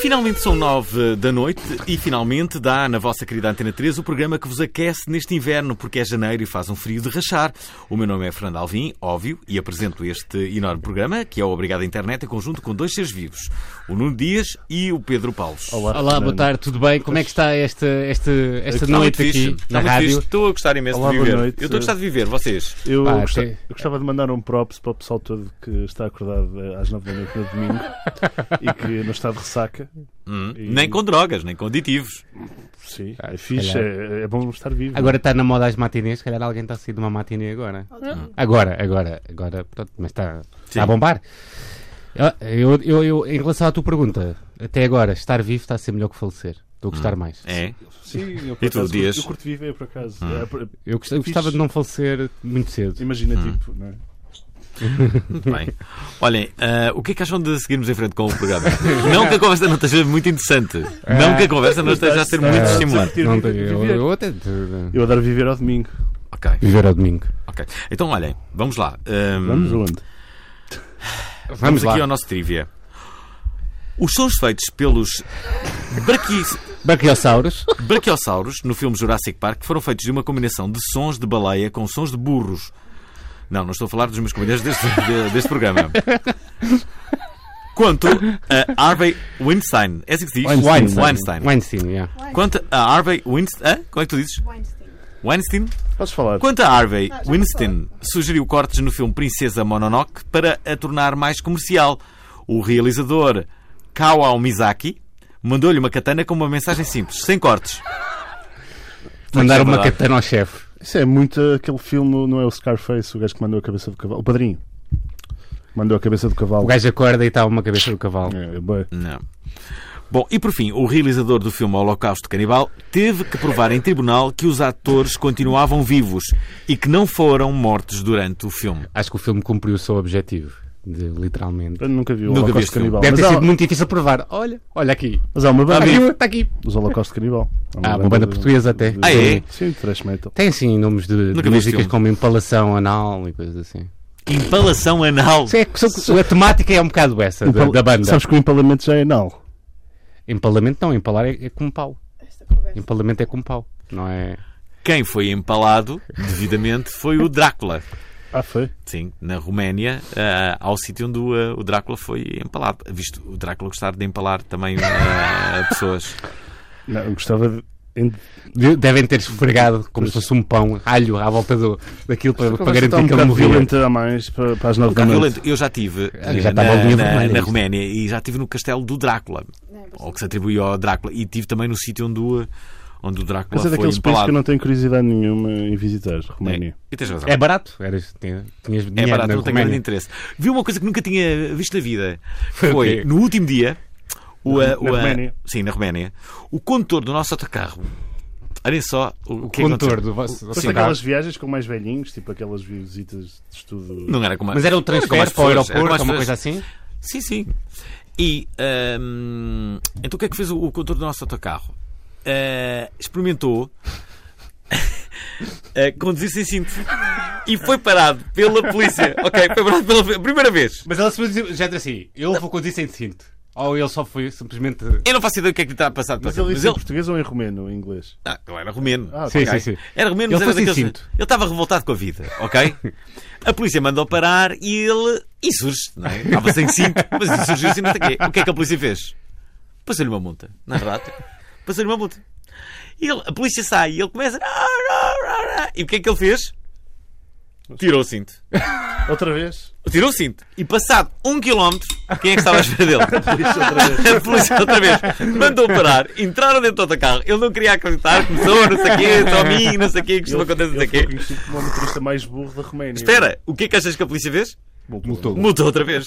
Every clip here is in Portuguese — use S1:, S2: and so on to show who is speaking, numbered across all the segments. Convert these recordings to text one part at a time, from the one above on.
S1: Finalmente são nove da noite e finalmente dá na vossa querida Antena 3 o programa que vos aquece neste inverno, porque é janeiro e faz um frio de rachar. O meu nome é Fernando Alvim, óbvio, e apresento este enorme programa, que é o Obrigado à Internet, em conjunto com dois seres vivos, o Nuno Dias e o Pedro Paulo.
S2: Olá, Olá boa tarde, tudo bem? Como é que está esta, esta, esta noite aqui
S1: Está
S2: na
S1: muito
S2: rádio?
S1: fixe. Estou a gostar imenso
S3: Olá,
S1: de
S3: boa
S1: viver.
S3: noite.
S1: Eu estou a gostar de viver, vocês.
S3: Eu,
S2: Pá,
S3: gosta-
S2: tem-
S3: eu gostava de mandar um props para o pessoal todo que está acordado eh, às 9 da noite no domingo e que não está de ressaca.
S1: Hum,
S3: E-
S1: Nem com drogas, nem com aditivos.
S3: Sim,
S2: Ah,
S3: é fixe,
S2: calhar.
S3: é, é bom estar vivo.
S2: Agora está na moda as matinês, se calhar alguém está a sair de uma matinê agora.
S1: Hum.
S2: Agora, agora, agora, pronto, mas está, está a bombar. Ah, Eu, eu, eu- em relação à tua pergunta, até agora, estar vivo está a ser melhor que falecer. Estou a gostar mais.
S1: É.
S3: Sim,
S1: E
S3: eu, por
S1: tu,
S3: acaso,
S1: Dias? Hum.
S3: eu curto viver por acaso. É, por-
S2: Eu gost- eu gostava de não falecer muito cedo.
S3: Imagina,
S1: Hum.
S3: tipo, não é?
S1: Muito bem. Olhem, ah, o que é que acham de seguirmos em frente com o programa? não que a conversa não esteja muito interessante. Não que a conversa não esteja a ser muito
S3: Ah,
S1: estimulante.
S3: divertir,
S2: Não,
S3: viver,
S2: eu,
S3: viver.
S2: eu até.
S3: Eu adoro viver ao domingo.
S1: Ok.
S2: Viver ao domingo.
S1: Ok. Então, olhem, vamos lá. Ahm,
S3: Vamos aonde?
S2: Vamos,
S1: vamos
S2: lá.
S1: aqui ao nosso trivia. Os sons feitos pelos braqui-
S2: Braquiossauros.
S1: braquiossauros no filme Jurassic Park foram feitos de uma combinação de sons de baleia com sons de burros. Não, não estou a falar dos meus companheiros deste, de- deste programa. Quanto a Harvey Weinstein. É assim que se diz?
S3: Weinstein.
S1: Weinstein.
S2: Weinstein, yeah.
S1: Quanto a Harvey Weinstein. Hã? Como é que tu dizes?
S4: Weinstein.
S1: Weinstein?
S3: Podes falar?
S1: Quanto a Harvey
S4: Ah, já passou.
S1: Weinstein, sugeriu cortes no filme Princesa Mononoke para a tornar mais comercial. O realizador Kawao Mizaki mandou-lhe uma katana com uma mensagem simples, sem cortes.
S2: Mandar uma
S1: verdade.
S2: katana ao chefe.
S3: Isso é muito aquele filme, não é o Scarface, o gajo que mandou a cabeça do cavalo. O padrinho. Mandou a cabeça do
S2: O
S3: cavalo.
S2: gajo acorda e está uma cabeça do cavalo.
S3: É, é bué.
S1: Não. Bom, e por fim, o realizador do filme Holocausto Canibal teve que provar em tribunal que os atores continuavam vivos e que não foram mortos durante o filme.
S2: Acho que o filme cumpriu o seu objetivo. De, literalmente.
S3: Eu nunca vi o
S1: Nunca
S3: Holocausto
S1: viste o filme.
S3: Canibal.
S2: Deve
S3: Mas
S2: ter
S3: há-
S2: sido muito difícil provar. Olha, olha aqui.
S3: Mas há uma banda.
S2: Está aqui.
S3: Os Holocausto Canibal. Há
S2: Ah, uma banda
S3: de-
S2: portuguesa até.
S1: Ah, é?
S3: Sim, trash metal.
S2: Tem assim nomes de, de
S1: Nunca vi
S2: músicas
S1: filme.
S2: como Impalação Anal e coisas assim.
S1: Impalação anal.
S2: Sim, é que são- a temática é um bocado essa da,
S3: Impala-
S2: da banda.
S3: Sabes que o empalamento já é anal.
S2: Empalamento não, empalar é, é com pau.
S4: Esta conversa.
S2: Empalamento é com pau. Não é.
S1: Quem foi empalado devidamente foi o Drácula.
S3: Ah, foi?
S1: Sim, na Roménia, ah, ao sítio onde o, ah, o Drácula foi empalado. Visto o Drácula gostar de empalar também ah, pessoas.
S3: Não, eu gostava de. em-
S2: De- Devem ter esfregado como se fosse um pão, alho à volta do, daquilo para, para
S3: Está
S2: garantir
S3: um
S2: que ele
S3: bocado
S2: morria.
S3: violenta a mais para, para as nove da
S1: Lugar
S3: noite.
S1: violento. Eu já tive
S2: Ah,
S1: eh,
S2: já estava a linha
S1: na, na,
S2: vermelha,
S1: na
S2: isto.
S1: Roménia e já tive no castelo do Drácula,
S5: é
S4: Não, mas-
S1: ou que se atribuiu ao Drácula, e tive também no sítio onde o, ah, onde o Drácula
S3: Mas é
S1: foi
S3: daqueles países que
S1: empalado.
S3: eu não tenho curiosidade nenhuma em visitar. Roménia.
S1: É, e tens razão.
S2: É barato? Eras, tinhas, tinhas
S1: É
S2: dinheiro
S1: barato,
S2: na
S1: não tem grande
S2: Roménia.
S1: interesse. Vi uma coisa que nunca tinha visto na vida.
S2: Foi o
S1: Foi
S2: quê?
S1: no último dia, o,
S3: Na-
S1: ah, o,
S3: na
S1: ah,
S3: Roménia.
S1: Sim, na Roménia. O condutor do nosso autocarro. Olhem só o,
S2: O
S1: que é
S2: condutor
S1: aconteceu.
S2: do vosso.
S3: Mas
S2: Sim,
S3: aquelas viagens com mais velhinhos, tipo aquelas visitas de estudo.
S1: Não era como
S2: Mas era o transfer
S1: como as
S2: para o
S1: pessoas, era como as
S2: aeroporto, uma coisa
S1: pessoas.
S2: assim?
S1: Sim, sim. E hum, então o que é que fez o, o condutor do nosso autocarro? Ah, experimentou ah, conduzir sem cinto e foi parado pela polícia. Ok, foi parado pela primeira vez.
S2: Mas ela simplesmente já era assim: eu vou conduzir sem cinto. Ou ele só foi simplesmente.
S1: Eu não faço ideia do que é que lhe está a passar.
S3: Mas
S1: pela
S3: ele
S1: cabeça,
S3: disse em português ou em romeno, em inglês?
S1: Ah, ele era romeno.
S3: Ah,
S2: Sim,
S1: ok.
S2: sim, sim.
S1: Era romeno,
S2: Ele
S1: mas era
S2: foi sem
S1: daqueles...
S2: cinto.
S1: Ele estava revoltado com a vida, ok? A polícia mandou parar e ele insurge, não é? Estava sem cinto, mas insurgiu sem não sei o quê. O que é que a polícia fez? Passou-lhe uma multa, na verdade. Passou-lhe uma multa. E ele- a polícia sai e ele começa... "Ah, ah, ah, ah", E o que é que ele fez? Tirou o cinto.
S3: Outra vez?
S1: Tirou o cinto. E passado um quilómetro, quem é que estava à espera dele? A polícia outra vez mandou parar, entraram dentro do autocarro. Ele não queria acreditar, começou, não sei o quê, só a mim, não sei o quê, que isto
S3: Ele-
S1: não acontece, não sei o
S3: ele ficou
S1: quê.
S3: conhecido como o motorista mais burro da Roménia.
S1: Espera, o que é que achas que a polícia fez?
S2: Multou.
S1: Multou outra vez.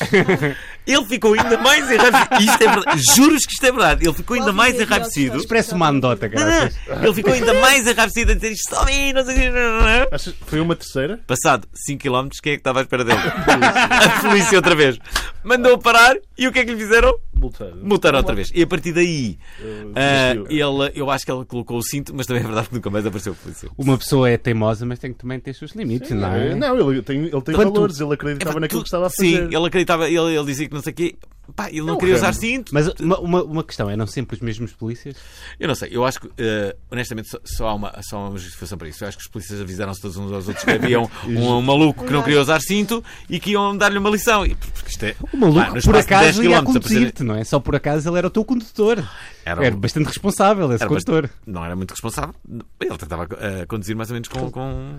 S1: Ele ficou ainda mais enraivecido. Isto é verdade. Juro-vos que isto é verdade. Ele ficou ainda mais enraivecido.
S2: Parece uma anedota,
S1: Não, não.
S2: graças.
S1: Ele ficou ainda mais enraivecido a dizer isto só a mim, não sei o quê. não, não, não.
S3: Achas- Foi uma terceira?
S1: Passado 5km, quem é que estava à espera dele? a polícia outra vez. Mandou parar e o que é que lhe fizeram?
S3: Multaram.
S1: Multaram outra vez. E a partir daí,
S3: Uh,
S1: ah,
S3: desistiu.
S1: ele, eu acho que ele colocou o cinto, mas também é verdade que nunca mais apareceu a polícia.
S2: Uma pessoa é teimosa, mas tem que também ter os seus limites, não é?
S3: Não, ele tem, ele tem
S2: Quando tu-
S3: valores, ele
S1: É,
S3: acreditava
S1: pá,
S3: naquilo
S1: tu-
S3: que estava a fazer.
S1: Sim, ele acreditava, ele, ele dizia que não sei o quê. Pá, ele não queria
S3: Ramo.
S1: usar cinto.
S2: Mas uma, uma, uma questão, eram sempre os mesmos polícias?
S1: Eu não sei, eu acho que, eh, honestamente, só, só há uma, só há uma justificação para isso. Eu acho que os polícias avisaram-se todos uns aos outros que havia um, um- um maluco que não queria usar cinto e que iam dar-lhe uma lição. E, porque isto é.
S2: O maluco
S1: Ah, no
S2: por
S1: espaço de 10
S2: acaso ia a
S1: quilómetros, a perceber-
S2: conduzir-te, não é? Só por acaso ele era o teu condutor.
S1: Era um-
S2: Era bastante responsável esse
S1: era
S2: condutor.
S1: bastante- não era muito responsável. Ele tentava eh, conduzir mais ou menos com. com...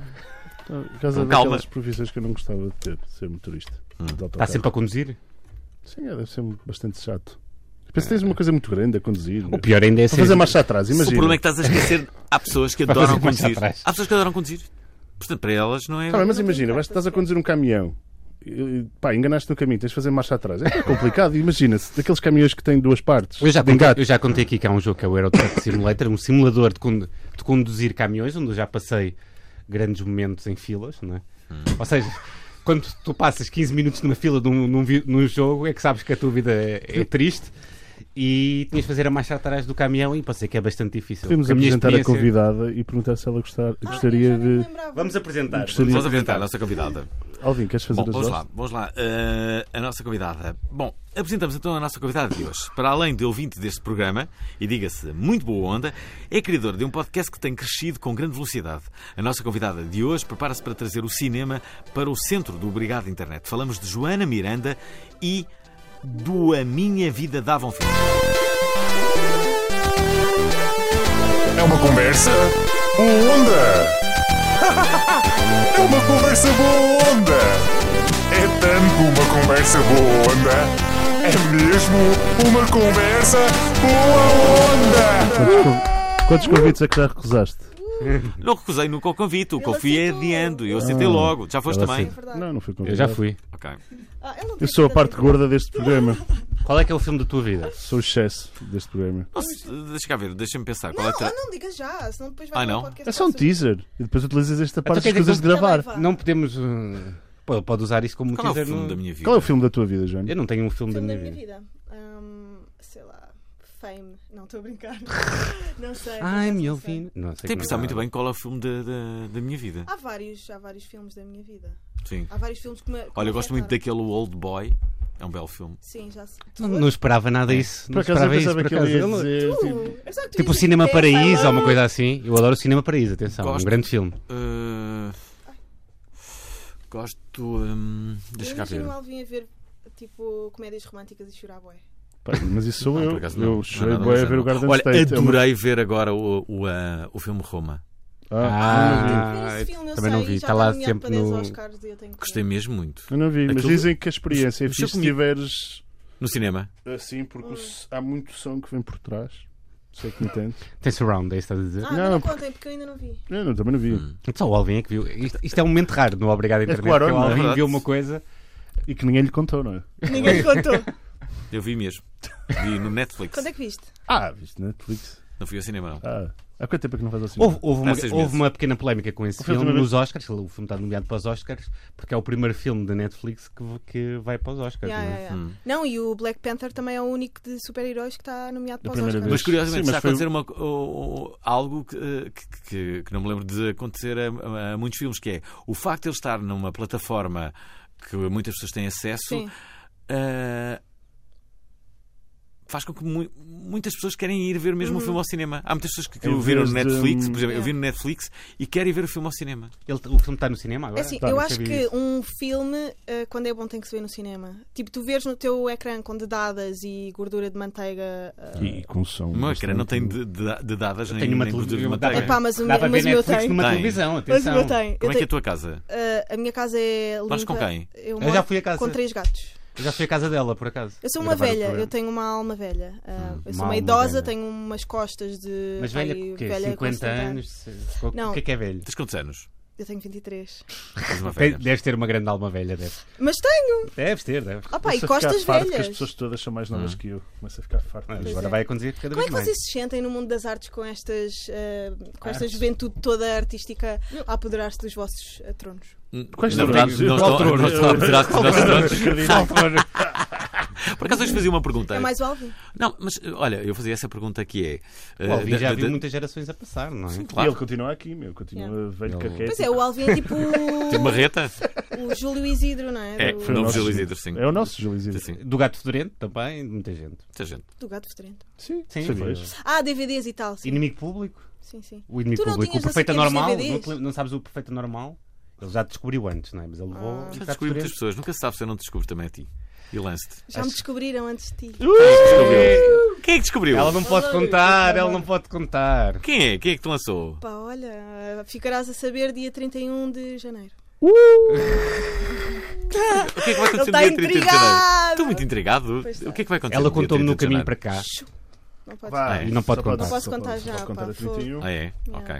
S3: Então, por causa
S1: Calma. Hum.
S3: daquelas profissões que eu não gostava de ter, de ser motorista. de
S2: Está
S1: Tá
S3: autocarro.
S2: sempre a conduzir?
S3: Sim, é, deve ser bastante chato. Depois tens uma coisa muito grande a conduzir.
S2: O pior ainda é
S3: Para
S2: ser-
S3: fazer marcha atrás,
S1: O
S3: imagina.
S1: problema é que estás a esquecer. Há pessoas que
S2: Para
S1: adoram
S2: fazer mais
S1: conduzir.
S2: atrás.
S1: Há pessoas que adoram conduzir. Portanto, para elas não é.
S3: Tá bem, mas imagina, vais, estás a conduzir um caminhão. E, e, Pá, enganaste no caminho, tens de fazer marcha atrás. É complicado, imagina-se. Daqueles caminhões que têm duas partes.
S2: Eu já,
S3: de
S2: contei,
S3: engate.
S2: eu já contei aqui que há um jogo que é o Euro Truck Simulator, um simulador de, condu- de conduzir caminhões, onde eu já passei grandes momentos em filas, não é?
S1: Hum.
S2: Ou seja, quando tu passas 15 minutos numa fila num, num, vi- num jogo, é que sabes que a tua vida é, é triste e tinhas de fazer a marcha atrás do caminhão e pode ser que é bastante difícil.
S3: Podemos
S2: A minha
S3: apresentar a
S2: experiência-
S3: convidada e perguntar se ela gostar,
S5: Ah,
S3: gostaria de.
S2: Vamos apresentar.
S3: Gostaria-
S1: Vamos apresentar a nossa convidada.
S3: Alvin, queres fazer
S1: Bom,
S3: as
S1: vamos lá,
S3: hostes?
S1: vamos lá. Eh, a nossa convidada. Bom, apresentamos então a nossa convidada de hoje. Para além de ouvinte deste programa, e diga-se, muito boa onda, é criador de um podcast que tem crescido com grande velocidade. A nossa convidada de hoje prepara-se para trazer o cinema para o centro do Obrigado Internet. Falamos de Joana Miranda e do A Minha Vida Um Davam Filme.
S4: É uma conversa boa onda. É uma conversa boa onda. É tanto uma conversa boa onda. É mesmo uma conversa boa onda.
S3: Quantos convites é que já recusaste?
S1: Não recusei nunca o convite, o
S5: Ela
S1: convite é
S5: aceitou.
S1: adiando. Eu aceitei logo, já foste
S3: Ah, Ela
S1: também.
S3: aceita.
S5: É Verdade.
S3: Não, não fui
S2: Eu
S3: convidado.
S2: já fui.
S1: Ok.
S5: Ah, ele não tem
S3: Eu sou a
S5: tanta
S3: parte
S5: vida.
S3: gorda deste programa.
S2: Qual é que é o filme da tua vida?
S3: Sou o excesso deste programa.
S1: Não sei, Deixa cá ver, deixa-me pensar. Qual é a
S5: Não,
S1: tra-
S5: ah, não digas já, senão depois
S1: Ah,
S5: vai
S1: não?
S5: para o podcast
S3: É só um
S5: sobre-
S3: teaser. E depois utilizas esta parte
S2: Então quer
S3: das coisas
S2: dizer
S3: de
S5: Tá bem,
S3: gravar.
S5: vá.
S2: Não podemos. uh, pô, Pode usar isso como
S1: Qual é o
S2: teaser,
S1: filme
S2: não-
S1: da minha vida?
S3: Qual é o filme da tua vida, Joana?
S2: Eu não tenho um filme,
S5: Filme
S2: da minha vida.
S5: Hum, sei lá, Fame. Não, estou a brincar. não sei. não
S2: Ai,
S5: faço
S2: me
S5: noção.
S2: ouvindo. Não sei
S1: Tem que
S2: como
S1: pensar
S2: é.
S1: muito bem qual é o filme da, da, da minha vida.
S5: Há vários, há vários filmes da minha vida.
S1: Sim.
S5: Há vários filmes que me. que
S1: Olha,
S5: me
S1: eu gosto muito
S5: afetaram.
S1: daquele Old Boy. É um belo filme.
S5: Sim, já sei. Tu?
S2: Não, não esperava nada
S1: É.
S2: isso.
S3: Por
S2: Não
S3: acaso eu
S2: esperava isso,
S3: pensava
S2: por
S3: que ele ia
S2: acaso. Ele-
S3: dizer. tipo,
S5: Eu só que tu
S2: Tipo o
S5: dizes-
S2: Cinema
S5: É,
S2: Paraíso
S5: fala-
S2: ou uma coisa assim. Eu adoro o Cinema Paraíso, atenção.
S1: Gosto.
S2: Um grande filme.
S1: Uh, Gosto. hum,
S5: Eu
S1: Deixa cá ver.
S5: imagino o Alvin a ver, tipo, comédias românticas e chorar, bué.
S3: Pá, mas isso sou
S1: Não, Ah, por
S3: eu.
S1: acaso não. Não, é
S3: Eu chorei
S1: não, não,
S3: bué a
S1: não.
S3: ver o Garden
S1: Olha,
S3: State. É uma-
S1: adorei ver agora o, o, ah, o filme Roma.
S3: Ah,
S5: Ver esse filme, eu
S2: também não
S5: sei,
S2: vi.
S5: já tá
S2: Está lá
S5: nomeado
S2: sempre
S5: para 10
S2: no.
S5: Oscars e eu tenho que
S1: Gostei
S5: ver.
S1: mesmo muito.
S3: Eu não vi, mas
S1: Aquilo-
S3: dizem que a experiência
S1: Mexeu
S3: é fixe se
S1: comigo.
S3: tiveres
S1: No cinema.
S3: assim, porque o s- há muito som que vem por trás. Sei que me entende.
S2: Tem surround, é isso que estás a dizer?
S5: Ah,
S3: Não,
S5: não, não
S3: porque-
S5: contem, porque eu ainda não vi.
S3: Eu não, também não vi.
S2: Só o Alvin é que viu. Isto, isto é um momento raro no Obrigado Internet.
S3: com o Aron,
S2: que o
S3: não é
S2: Alvin
S1: verdade?
S2: viu uma coisa.
S3: E que ninguém lhe contou, não é?
S5: Ninguém contou.
S1: Eu vi mesmo. Vi no Netflix.
S5: Quando é que viste?
S3: Ah, viste Netflix.
S1: Não fui ao cinema, não.
S3: Ah, há quanto tempo é que não faz assim?
S2: Houve, houve uma,
S1: Há seis
S2: houve
S1: meses.
S2: uma pequena polémica com esse
S3: O filme
S2: filme
S3: também-
S2: nos Oscars. O filme está nomeado para os Oscars porque é o primeiro filme da Netflix que, v- que vai para os Oscars.
S5: Yeah,
S2: não é?
S5: yeah, yeah. Não, e o Black Panther também é o único de super-heróis que está nomeado
S3: Da
S5: para os
S3: primeira
S5: Oscars.
S3: vez.
S1: Mas curiosamente
S3: Sim,
S1: está a
S3: mas foi- um
S1: acontecer uma, o- o- algo que, eh, que- que- que não me lembro de acontecer a, a- a muitos filmes, que é o facto de ele estar numa plataforma que muitas pessoas têm acesso
S5: Sim.
S1: eh, ah, faz com que mu- muitas pessoas querem ir ver
S5: Uhum.
S1: mesmo o filme ao cinema. Há muitas pessoas que, que
S3: Em
S1: o viram no
S3: vez de-
S1: Netflix, por exemplo, eu vi no Netflix e querem ir ver o filme ao cinema.
S2: Ele- o filme está no cinema agora?
S5: Assim,
S3: tá,
S5: eu
S3: não
S5: acho
S2: sabia
S5: que
S2: isso.
S5: um filme, eh, quando é bom, tem que se ver no cinema. Tipo, tu vês no teu ecrã com dedadas e gordura de manteiga. eh,
S3: E com som.
S1: O meu
S3: bastante-
S1: ecrã não tem de, de- de dadas nem,
S2: tenho uma
S1: nem
S2: tele-
S1: gordura de
S2: uma dada-
S1: manteiga.
S5: Epá, mas o
S2: Dá
S5: meu,
S2: para ver
S5: mas o meu
S2: Netflix
S5: tem.
S2: numa
S1: Tem.
S2: televisão,
S5: Mas o
S2: atenção.
S5: meu tem. Eu
S1: Como é que é
S5: tenho-
S1: a tua casa?
S5: eh, a minha casa é limpa.
S1: Moras com quem?
S5: Eu,
S2: Eu já
S5: moro
S2: fui a casa.
S5: com três gatos.
S2: Eu já fui à casa dela, por acaso.
S5: Eu sou
S2: a
S5: uma
S2: gravar o
S5: velha, eu
S2: programa. Hum,
S5: tenho uma alma velha. Ah, eu sou
S2: uma
S5: uma
S2: alma
S5: idosa,
S2: velha.
S5: tenho umas costas de.
S2: Mas velha,
S5: ai,
S2: o quê?
S5: velha com
S2: 50
S5: 70
S2: anos? Se- o-
S5: Não.
S2: O que é que é velho?
S1: Tens quantos anos?
S5: Eu tenho 23.
S1: Tens uma
S2: Tem-
S1: velha.
S2: Deves ter uma grande alma velha, deves.
S5: Mas tenho!
S2: Deves ter, deves.
S5: Opa, e
S3: Começo a ficar
S5: costas
S3: farto que
S5: velhas!
S3: As pessoas todas são mais
S1: Hum.
S3: novas que eu. Começa a ficar farto.
S2: Ah,
S3: disso.
S2: Agora
S5: é.
S2: vai acontecer cada
S5: Como é
S2: vez
S5: que
S2: mais.
S5: vocês se sentem no mundo das artes com, estas, ah, com esta
S2: Artes.
S5: juventude toda artística a apoderar-se dos vossos ah, tronos?
S3: Quais
S1: Na
S3: são
S1: verdade,
S3: os
S1: não
S3: livros?
S1: estou-
S3: Qual trono?
S1: não estou a meter as-
S3: Qual é
S1: as-
S3: trono?
S1: as-
S3: Acredito.
S1: Por acaso hoje fazia uma pergunta.
S5: É mais o Alvin?
S1: Não, mas olha, eu fazia essa pergunta que é. eh,
S2: O Alvin
S1: da-
S2: já
S1: da-
S2: viu
S1: da-
S2: muitas gerações a passar, não é?
S3: E
S1: Claro.
S3: ele continua aqui, meu. Continua velho
S2: Ele-
S3: caquete.
S5: Pois é, o Alvin é tipo
S1: Tipo
S5: o,
S1: marreta?
S5: o Júlio Isidro, não é?
S1: É,
S5: Do,
S1: foi o novo
S3: nosso-
S1: Júlio Isidro, sim.
S3: É o nosso Júlio Isidro.
S1: Sim,
S2: Do Gato Fedorento também, de muita gente.
S1: muita gente.
S5: do Gato Fedorento.
S3: Sim,
S2: Sim,
S3: sabias?
S5: Ah, DVDs e tal, sim.
S2: Inimigo público?
S5: sim, sim.
S2: O inimigo
S5: Tu não
S2: público. O
S5: tinhas
S2: perfeito
S5: não sei
S2: anormal.
S5: quantos
S2: Não,
S5: DVDs?
S2: te lem- não sabes o perfeito anormal? Ele já te descobriu antes, não é? Mas ele
S5: Ah.
S2: levou. o
S1: Já
S2: Gato
S1: descobri muitas
S2: Fedorento.
S1: pessoas. Nunca se sabe se eu não te descubro também a ti. E lance-te.
S5: Já me descobriram antes de ti.
S1: Quem é que descobriu?
S2: Ela não pode contar, ela não pode contar.
S1: Quem é? Quem é que te lançou?
S5: Pá, olha, ficarás a saber dia 31 de janeiro.
S1: O que é que vai acontecer
S5: Ele tá
S1: no dia 30 de janeiro?
S5: intrigado.
S1: Estou muito intrigado.
S5: Pois
S1: O que é que vai acontecer
S2: Ela
S1: dia 30
S2: contou-me no
S1: de
S2: caminho
S1: janeiro?
S2: para cá.
S5: Não pode
S3: Vá,
S1: É.
S2: E não pode
S3: só
S2: contar.
S5: Não posso
S3: só
S5: contar
S3: pode-
S5: já,
S3: só pode contar
S5: pá,
S3: a 31.
S1: Ah, é?
S5: Não.
S1: Ok.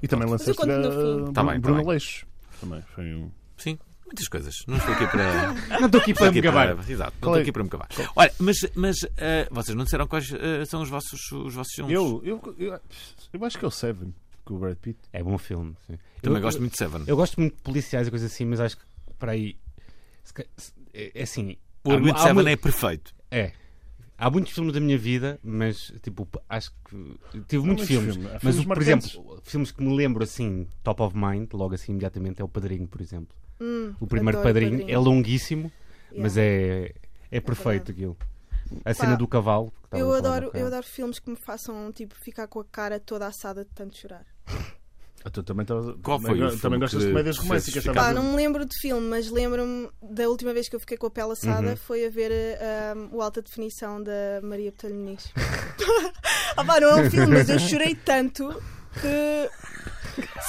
S3: E também
S5: Mas eu
S3: lançaste
S5: conto no fim.
S3: uh,
S1: Tá bem, tá
S3: Bruno Bruno
S1: bem.
S3: Leixo. Também foi um.
S1: Sim. Muitas coisas. Não estou aqui para.
S2: Não estou aqui para me gabar.
S1: Para, exato, não
S3: Qual
S1: estou
S3: é-
S1: aqui para me cavar. Olha, mas, mas ah, vocês não disseram quais ah, são os vossos, os vossos filmes?
S3: Eu, eu, eu, eu acho que é o Seven, com o Brad Pitt.
S2: É bom filme. sim.
S1: também
S2: Eu-
S1: gosto muito de Seven.
S2: Eu gosto muito de policiais e coisas assim, mas acho que para aí. se ca- se- É é assim.
S1: o argumento de
S2: há, há,
S1: Seven
S2: mu-
S1: é perfeito.
S2: é. Há muitos filmes da minha vida, mas tipo, p- acho que. Tive muitos
S3: muitos
S2: filmes.
S3: filmes. Há
S2: Mas,
S3: filmes
S2: o- por
S3: marcantes.
S2: exemplo, filmes que me lembro assim, top of mind, logo assim imediatamente, é o Padrinho, por exemplo.
S5: Hum,
S2: O primeiro
S5: adoro o
S2: padrinho, é longuíssimo,
S5: Yeah.
S2: mas é, é perfeito aquilo. A cena do cavalo. que estava
S5: Eu
S2: a falar há
S5: adoro,
S2: bocado.
S5: eu adoro filmes que me façam tipo, ficar com a cara toda assada de tanto chorar.
S3: Ah, tu também estavas-
S1: Qual
S3: também,
S1: foi o
S3: go-
S1: filme
S3: Também gostas
S1: que
S3: de comédias
S1: te fez
S3: românticas,
S1: ficar-
S5: Pá,
S3: estava-
S5: não me lembro de filme, mas lembro-me da última vez que eu fiquei com a pele assada foi a ver eh, um, o Alta Definição da Maria Botelho Muniz. ah, pá, não é um filme, mas eu chorei tanto que.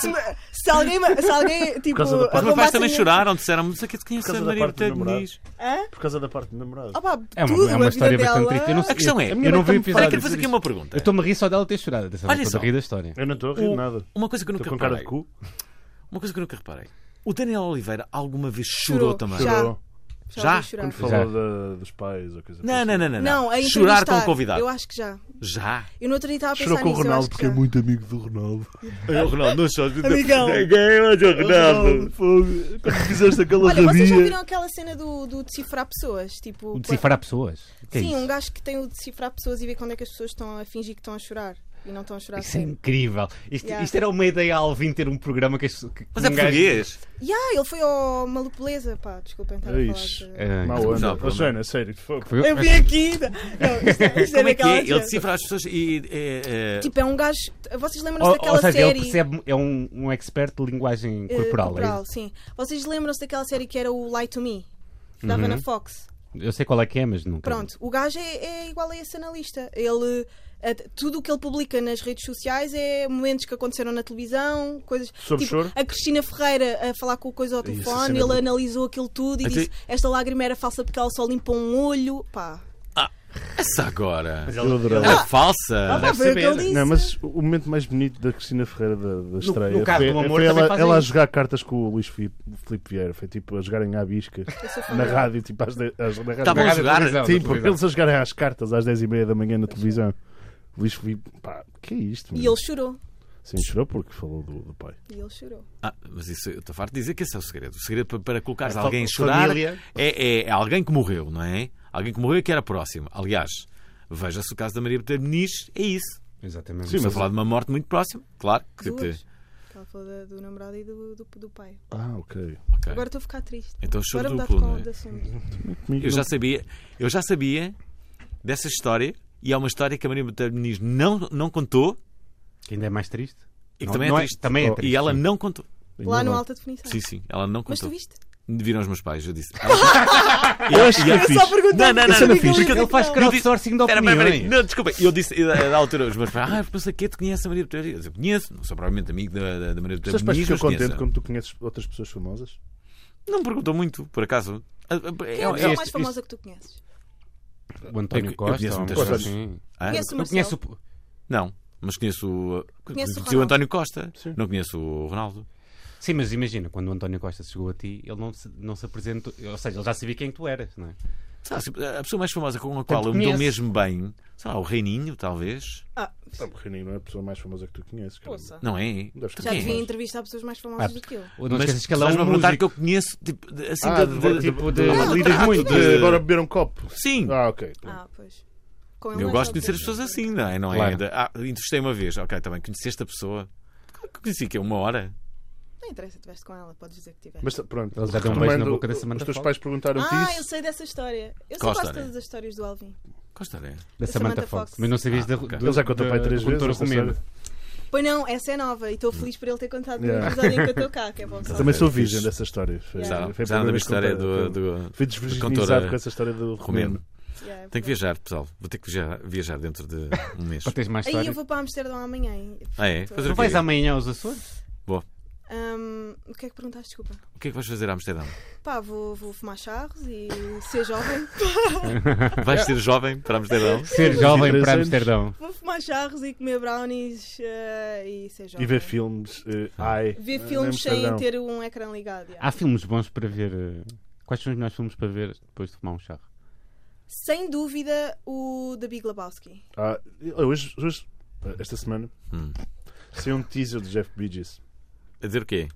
S5: Se, me- se alguém, me- se alguém tipo.
S3: causa da parte-
S1: Os meus pais
S5: arrombasse a
S1: também
S5: minha-
S1: choraram, disseram-me, mas aqui te conheço a
S3: causa da
S1: Maria
S3: parte do
S1: Botelho
S3: namorado.
S1: Muniz.
S5: Hã?
S3: Por causa da parte do namorado.
S5: Ah, pá,
S2: É uma,
S5: tudo,
S2: é uma
S5: a
S2: história
S5: vida
S2: bastante
S5: dela...
S2: triste. Eu não sei-
S1: A questão é,
S3: A
S2: eu
S3: minha
S2: não
S3: mãe
S2: vi o
S3: também
S2: episódio.
S1: Olha,
S3: Olha,
S1: quero fazer aqui uma pergunta.
S2: Eu estou-me a rir só dela ter chorado. atenção,
S1: Olha
S2: não Estou a
S1: só.
S2: rir da história.
S3: Eu não estou a rir de
S1: O-
S3: nada.
S1: Uma coisa que eu nunca
S3: Estou com cara de
S1: reparei.
S3: cu.
S1: Uma coisa que eu nunca reparei. O Daniel Oliveira alguma vez chorou
S5: Chorou.
S1: também?
S5: Já.
S3: Chorou.
S1: Já?
S5: ouvi chorar.
S3: Quando falou da- dos pais ou coisa
S1: Não,
S3: assim.
S1: não, não, não.
S5: Não, a
S1: Chorar com
S5: entrevistar.
S1: o convidado.
S5: Eu acho que já.
S1: Já.
S5: Eu no outro dia estava a pensar
S3: Chorou com o
S5: nisso, eu
S3: Ronaldo
S5: acho que
S3: porque é
S5: já.
S3: muito amigo do Ronaldo.
S1: Eu, Ronaldo, não chores.
S5: Amigão.
S3: Ronaldo, fogo. quando fizeste aquela
S5: Olha, vocês já
S3: rabia.
S5: viram aquela cena do, do decifrar pessoas? Tipo,
S2: O decifrar pessoas. O que é
S5: Sim,
S2: isso?
S5: um gajo que tem o decifrar pessoas e ver quando é que as pessoas estão a fingir que estão a chorar e não estão a chorar.
S2: Isso é
S5: sério.
S2: incrível. Isto,
S5: Tá Yeah.
S2: isto era uma ideia Alvin ter um programa que, as- que
S1: Mas é
S2: um gajo-
S1: português.
S5: Yeah, ele foi ao Malupeleza, pá, desculpem, estava a
S3: Ixi,
S5: falar. De...
S2: É,
S3: mau
S1: Não,
S3: onda.
S1: problema.
S3: Ô, Joana, sério, fogo.
S2: Foi-
S5: Eu vi aqui! Não, isto é, isto é
S1: Como é que
S5: daquela
S1: é? Ele
S5: cena.
S1: decifra as pessoas e. é, é,
S5: Tipo, é um gajo. Vocês
S2: Ou,
S5: lembram-se
S2: ou
S5: daquela
S2: seja,
S5: série.
S2: ele percebe, é um, um expert de linguagem
S5: eh,
S2: corporal. é
S5: corporal, sim. Vocês lembram-se daquela série que era o Lie to Me? Que
S1: Uhum.
S5: dava na Fox.
S2: isso? Eu sei qual é que é, mas nunca.
S5: Pronto, o gajo é, é igual a esse analista. Ele, a- tudo o que ele publica nas redes sociais é momentos que aconteceram na televisão, coisas. tipo
S3: Sobre choro?
S5: A Cristina Ferreira a falar com o coisa ao telefone,
S3: cena
S5: ele
S3: do-
S5: analisou aquilo tudo e
S1: Até-
S5: disse: Esta lágrima era falsa porque ela só limpa um olho. Pá.
S1: Essa agora.
S3: Eu adorava.
S1: Ela é falsa.
S5: Ah, Pá, foi o que ele disse.
S3: Não, mas o momento mais bonito da Cristina Ferreira da, da estreia
S2: no caso
S3: foi,
S2: do amor
S3: foi
S2: também
S3: ela,
S2: fazem
S3: ela a
S2: isso.
S3: jogar cartas com o Luís Filipe, Filipe Vieira. Foi tipo a jogarem à bisca
S5: sou fã
S3: na
S5: dela.
S3: rádio, tipo às, de, às na rádio.
S1: Tá bom
S2: Cagada
S1: jogar.
S2: da televisão, da
S3: Tipo,
S2: televisão.
S3: eles a jogarem às cartas às 10h30 da manhã na televisão. Luís Filipe, pá, que é isto?
S5: E
S3: meu?
S5: ele chorou.
S3: Sim, chorou porque falou do, do pai.
S5: E ele chorou.
S1: Ah, mas isso eu estou farto de dizer que esse é o segredo. O segredo para, para colocares
S2: É,
S1: alguém a
S2: fa-
S1: chorar é,
S2: família.
S1: é- é alguém que morreu, não é? Alguém que morreu e que era próximo. Aliás, veja-se o caso da Maria Botelho Muniz, é isso.
S2: Exatamente.
S1: Estamos a falar de uma morte muito próxima, claro. Que te...
S5: Duas. Ela falou da- do namorado e do, do, do pai.
S3: Ah, ok.
S1: Ok.
S5: Agora estou a ficar triste.
S1: Então É. choro
S5: Agora mudar
S1: duplo,
S5: de
S1: não
S5: qual-
S1: é?
S5: de assunto.
S3: Comigo
S1: Eu já
S3: não-
S1: sabia, eu já sabia dessa história e é uma história que a Maria Botelho Muniz não, não contou
S2: Que ainda é mais triste.
S1: e que
S2: Não-
S1: também, é
S2: não é-
S1: triste.
S2: também é triste,
S1: E ela
S2: sim.
S1: não contou.
S5: Lá no Alta Definição.
S1: Sim, sim, ela não
S5: Mas tu
S1: contou.
S5: viste?
S1: Viram os meus pais, eu disse. eu acho
S5: Eu só
S1: Não,
S5: perguntei.
S1: não, não,
S5: porque
S1: não,
S5: eu
S1: fiz.
S5: ia
S1: Ele
S5: dizer
S2: é faz
S5: que não.
S1: Eu disse-
S2: Crowdsourcing de
S1: Pera, pera, pera,
S2: opiniões.
S1: Não, desculpa. Eu disse, eu, da altura, os meus pais, ah, pensa que tu conheces a Maria Botelho. Eu disse, conheço, não sou provavelmente amigo da, da, da Maria Botelho.
S3: Os teus pais
S1: Muniz,
S3: ficam
S1: mas conheço.
S3: contentes quando tu conheces outras pessoas famosas?
S1: Não me perguntou muito, por acaso. Ah, ah,
S5: Quem é a
S1: eu-
S5: pessoa
S1: eu-
S5: mais famosa que tu conheces?
S2: O
S1: Eu-
S2: António
S1: eu
S2: Costa.
S1: conheço
S2: ou
S1: muitas
S2: uma coisa
S3: pessoas.
S2: assim.
S1: Ah,
S5: Conheço o
S2: Eu
S5: Marcelo.
S2: conheço
S5: Conheço...
S2: o.
S1: Não, mas conheço, ah,
S5: Conheço o
S1: conheci o
S5: Ronaldo.
S1: António Costa.
S3: Sim.
S1: Não conheço o Ronaldo.
S2: Sim, mas imagina, quando o António Costa chegou a ti, ele não se, não se apresentou. Ou seja, ele já sabia quem tu eras, não é?
S1: Sabe, assim, a pessoa mais famosa com a qual
S2: Tanto
S1: eu me dou
S2: conhece.
S1: mesmo bem, sei lá, o Reininho, talvez.
S5: Ah,
S3: Não, Reninho não é a pessoa mais famosa que tu conheces. caramba.
S5: poça.
S1: Não é?
S3: Deves
S5: Já
S3: conhecer
S5: devia
S3: mais.
S5: entrevistar pessoas mais famosas
S2: Ah,
S5: do que eu.
S2: Não
S1: Mas
S2: esqueças que ele é
S1: estás-me
S2: um
S1: a perguntar
S2: músico.
S1: que eu conheço, tipo, de- assim,
S3: Ah,
S1: de-
S3: de-
S1: de-
S2: tipo de,
S5: Ah,
S2: lidas
S5: tá,
S2: muito.
S3: De agora beber um copo?
S1: Sim.
S3: Ah, ok.
S5: Ah, pois. Com ele
S1: Eu
S5: mais
S1: gosto de conhecer as
S5: talvez.
S1: pessoas assim, não é? Não é?
S2: Claro.
S1: De- Ah, entrevistei uma vez, ok, também conheceste a pessoa. Como que Conheci que é uma hora.
S5: Não interessa, estiveste com ela, podes dizer que tiveste.
S3: Mas pronto.
S2: Ele já deu um beijo na
S3: retomando,
S2: boca da Samantha
S3: Os teus
S2: Fox.
S3: pais perguntaram-te
S5: Ah, eu
S3: é isso.
S5: sei dessa história. Eu
S1: Qual
S5: só gosto de
S1: história?
S5: todas as histórias do Alvin.
S1: Qual história?
S2: Da
S5: da
S2: Samantha
S5: Samantha
S2: Fox.
S5: Fox.
S2: Mas não sabias da.
S1: ok.
S2: do-
S3: Ah, Ele já contou
S2: da-
S3: pai três
S2: do condutor
S3: vezes, esta
S2: Romero.
S5: Pois não, essa é nova e estou feliz por ele ter contado
S3: Yeah.
S5: no episódio em que eu estou cá, que é bom. só.
S3: Também sou
S1: Fiz-
S3: virgem dessa história. Foi,
S5: Já-
S1: Já,
S3: foi a
S1: já da
S3: primeira
S1: minha
S3: vez que
S1: história
S3: contei.
S1: do, do
S3: Fui
S1: cantora
S3: desvirginizado com essa história do
S1: Romero.
S3: Romeno.
S5: Yeah, é
S1: Tenho que
S5: verdade.
S1: viajar, pessoal. Vou ter que viajar, viajar dentro de um mês.
S2: Para teres mais
S5: Aí eu
S2: história.
S5: vou para Amsterdão amanhã. hein?
S1: Ah, é? Fazer
S2: Tu
S1: o quê?
S2: vais amanhã aos Açores?
S5: Ahm, o que é que perguntaste? Desculpa.
S1: O que é que vais fazer a Amsterdão?
S5: Pá, vou, vou fumar charros e ser jovem.
S1: Vais ser jovem para Amsterdão?
S2: Ser jovem
S3: 23
S2: para
S3: anos.
S2: Amsterdão.
S5: Vou fumar charros e comer brownies eh, e ser jovem.
S3: E ver filmes. eh, ai.
S5: Ver
S3: eh,
S5: filmes sem
S3: Amsterdão.
S5: ter um ecrã ligado. yeah.
S2: Há filmes bons para ver. eh, Quais são os melhores filmes para ver depois de tomar um charro?
S5: Sem dúvida, o The Big Lebowski.
S3: Ah, eu- hoje, hoje, esta semana,
S1: Hum.
S3: saiu um teaser de Jeff Bridges.
S1: A dizer o quê?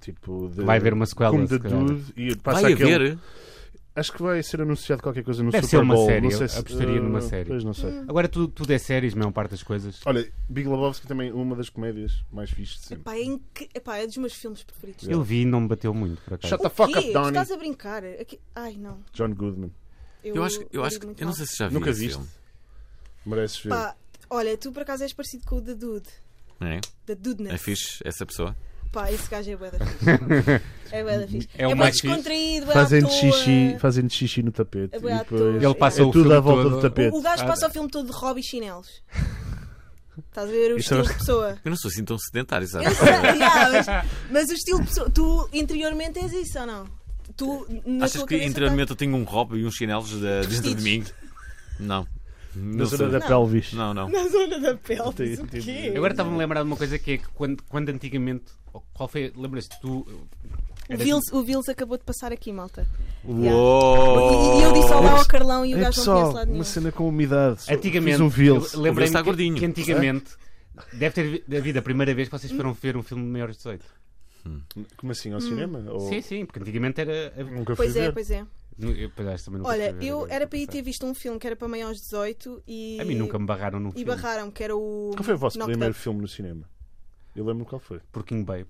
S3: Tipo, de,
S2: Vai haver uma sequela,
S3: Como
S2: se
S3: de
S2: calhar.
S3: Dude, e passa
S1: Vai
S3: aquele-
S1: haver?
S3: Acho que vai ser anunciado qualquer coisa no
S2: Deve ser
S3: Super
S2: uma
S3: Bowl.
S2: série,
S3: Não
S2: eu
S3: sei se,
S2: apostaria numa
S3: ah,
S2: série.
S3: Pois não sei.
S2: Agora tu- tudo é séries, mesmo parte das coisas.
S3: Olha, Big Lebowski também é uma das comédias mais fixes de sempre.
S5: Epá, é, inc... Epá, é dos meus filmes preferidos.
S2: Eu vi e não me bateu muito, por acaso.
S3: Shut the fuck
S5: Ih,
S3: up, Donnie.
S5: Estás a brincar? Aqui- Ai, não.
S3: John Goodman.
S5: Eu,
S1: Eu acho, eu acho
S5: lido
S1: que.
S5: muito
S1: Eu não
S5: mal.
S1: sei se já vi
S3: Nunca
S1: esse
S3: viste?
S1: filme.
S3: Mereces ver.
S5: Pá, olha, tu por acaso és parecido com o The Dude.
S1: É?
S5: The Dudeness.
S1: é fixe essa pessoa?
S5: Pá, esse gajo é bué da fixe. é bué da fixe.
S2: É o
S5: bué
S2: mais fixe.
S5: descontraído, é bué à
S3: um Fazendo
S5: toa.
S3: xixi, fazendo xixi no tapete.
S5: É
S3: e
S5: bué à
S3: depois-
S5: toa.
S2: Ele passa
S3: é
S2: o
S3: tudo
S2: filme
S3: à volta
S2: todo-
S3: do tapete.
S5: O gajo
S2: Ah,
S5: passa o filme todo de Robbie Chinelos. Estás a ver o
S3: Isso
S5: estilo
S3: é
S5: de pessoa?
S1: Eu não sou assim tão sedentário, sabe?
S5: Eu sei, yeah, mas, mas o estilo de pessoa. Tu interiormente és isso ou não? Tu na
S1: Achas
S5: tua
S1: que
S5: cabeça
S1: interiormente eu tenho um robe e uns chinelos de- dentro de mim? Não.
S3: Na
S1: Não, sou-
S3: zona da
S5: Não.
S3: pelvis.
S1: não, não.
S5: tá- Na zona da
S3: Tem-
S5: pele. O
S3: tem-
S5: quê?
S2: Eu Agora estava-me a lembrar de uma coisa que é que quando, quando antigamente. Qual foi. Lembras-te? Tu. eh, é
S5: O Vils, o Vils acabou de passar aqui, malta.
S1: Uou!
S5: E, e eu disse olá ao
S3: Mas-
S5: Carlão e o
S3: Oh, É
S5: gajo não
S3: pessoal,
S5: conhece lado nenhum.
S3: uma cena com umidade. Só-
S2: Antigamente.
S3: Fiz um Vils.
S2: eu
S1: O Vils
S2: Lembrei-me
S1: está
S2: que-
S1: gordinho.
S2: que, antigamente. Deve ter vi- havido a primeira vez que vocês foram ver um filme de maiores de 18.
S3: Como assim, ao cinema? Ou...
S2: Sim, sim, porque antigamente era.
S3: Nunca fui
S5: Hum. Pois é,
S3: ver.
S5: pois é.
S2: nu- Eu, pois, acho que também nunca
S5: Olha,
S2: fui ver
S5: eu
S2: agora,
S5: era
S2: por
S5: para ir
S2: acaso.
S5: ter visto um filme que era para maior aos 18 e.
S2: A mim nunca me barraram num
S5: E
S2: filme.
S5: barraram, que era o.
S3: Qual foi o vosso
S5: é. Knocked
S3: primeiro
S5: Up.
S3: filme no cinema? Eu lembro qual foi.
S2: Porquinho Babe.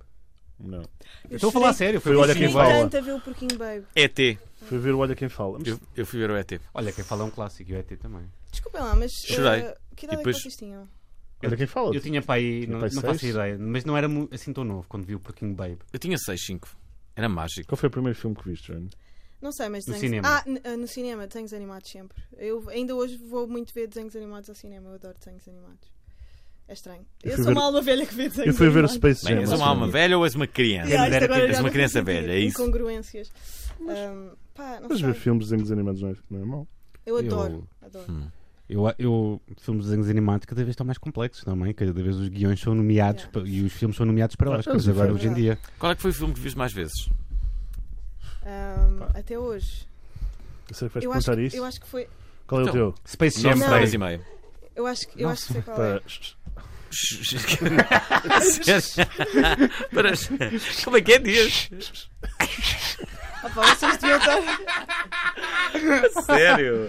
S3: Não.
S5: Eu
S3: Então
S2: Estou a falar a
S5: chorei-
S2: sério.
S3: Foi
S2: o
S3: Olha
S2: Porquinho
S3: Quem
S5: chorei
S3: Fala.
S5: tanto a ver o Porquinho Babe.
S1: ET.
S3: Foi ver o Olha Quem Fala. Mas
S1: Eu, eu fui ver o ET.
S2: Olha, quem fala é um clássico e o ET também.
S5: Desculpem lá, mas.
S1: Chorei.
S5: eh, que idade
S1: E depois-
S5: é que vocês tinham?
S3: Olha Quem Fala.
S2: Eu tinha para aí,
S3: Tinha
S2: não,
S3: pai
S2: não
S3: seis?
S2: faço ideia, mas não era mu- assim tão novo quando vi o Porquinho Babe.
S1: Eu tinha 6, 5. Era mágico.
S3: Qual foi o primeiro filme que viste, Joana?
S5: Não sei, mas
S2: No
S5: desenhos...
S2: cinema.
S5: Ah, n- ah, no cinema, desenhos animados sempre. Eu ainda hoje vou muito ver desenhos animados ao cinema, eu adoro desenhos animados. É estranho.
S3: Eu
S5: Eu
S3: fui
S5: sou
S3: ver-
S5: uma alma velha que vê desenhos
S3: Eu fui ver o
S5: animados.
S3: Space
S1: Bem,
S2: é
S3: Jam.
S1: és
S3: assim. ao
S1: uma alma
S3: cinema.
S1: velha ou és uma criança?
S5: Yeah, isto
S2: Quem me dera
S5: agora
S2: ter-
S5: já
S1: és é uma
S5: não
S1: criança
S5: faz sentido.
S1: velha, é isso?
S5: Incongruências. Ahm, pá, não
S3: Mas
S5: sei.
S3: ver filmes de desenhos animados não é, não é mau.
S5: Eu adoro. adoro.
S3: Hum.
S1: Hum.
S2: Eu, eu, filmes de desenhos animados cada vez estão mais complexos também, cada vez os guiões são nomeados
S5: Yeah.
S2: pa- e os filmes são nomeados para
S3: Ah,
S2: Oscars
S3: é
S2: agora, hoje
S5: verdade.
S2: em dia.
S1: Qual é que foi o filme que viste mais vezes?
S5: Ahm, até hoje.
S3: Será que vais
S5: Eu acho,
S3: perguntar
S5: que,
S3: isso?
S5: eu acho que foi.
S3: Qual é o
S1: Então,
S3: teu?
S2: Space Jam,
S1: 9
S5: Não.
S1: horas e
S2: pai.
S1: meia.
S5: Eu acho, que- eu acho que sei qual é.
S3: Pá,
S1: Para- Como é que é, Dias?
S5: Ah, pá, vocês deviam estar.
S1: Sério?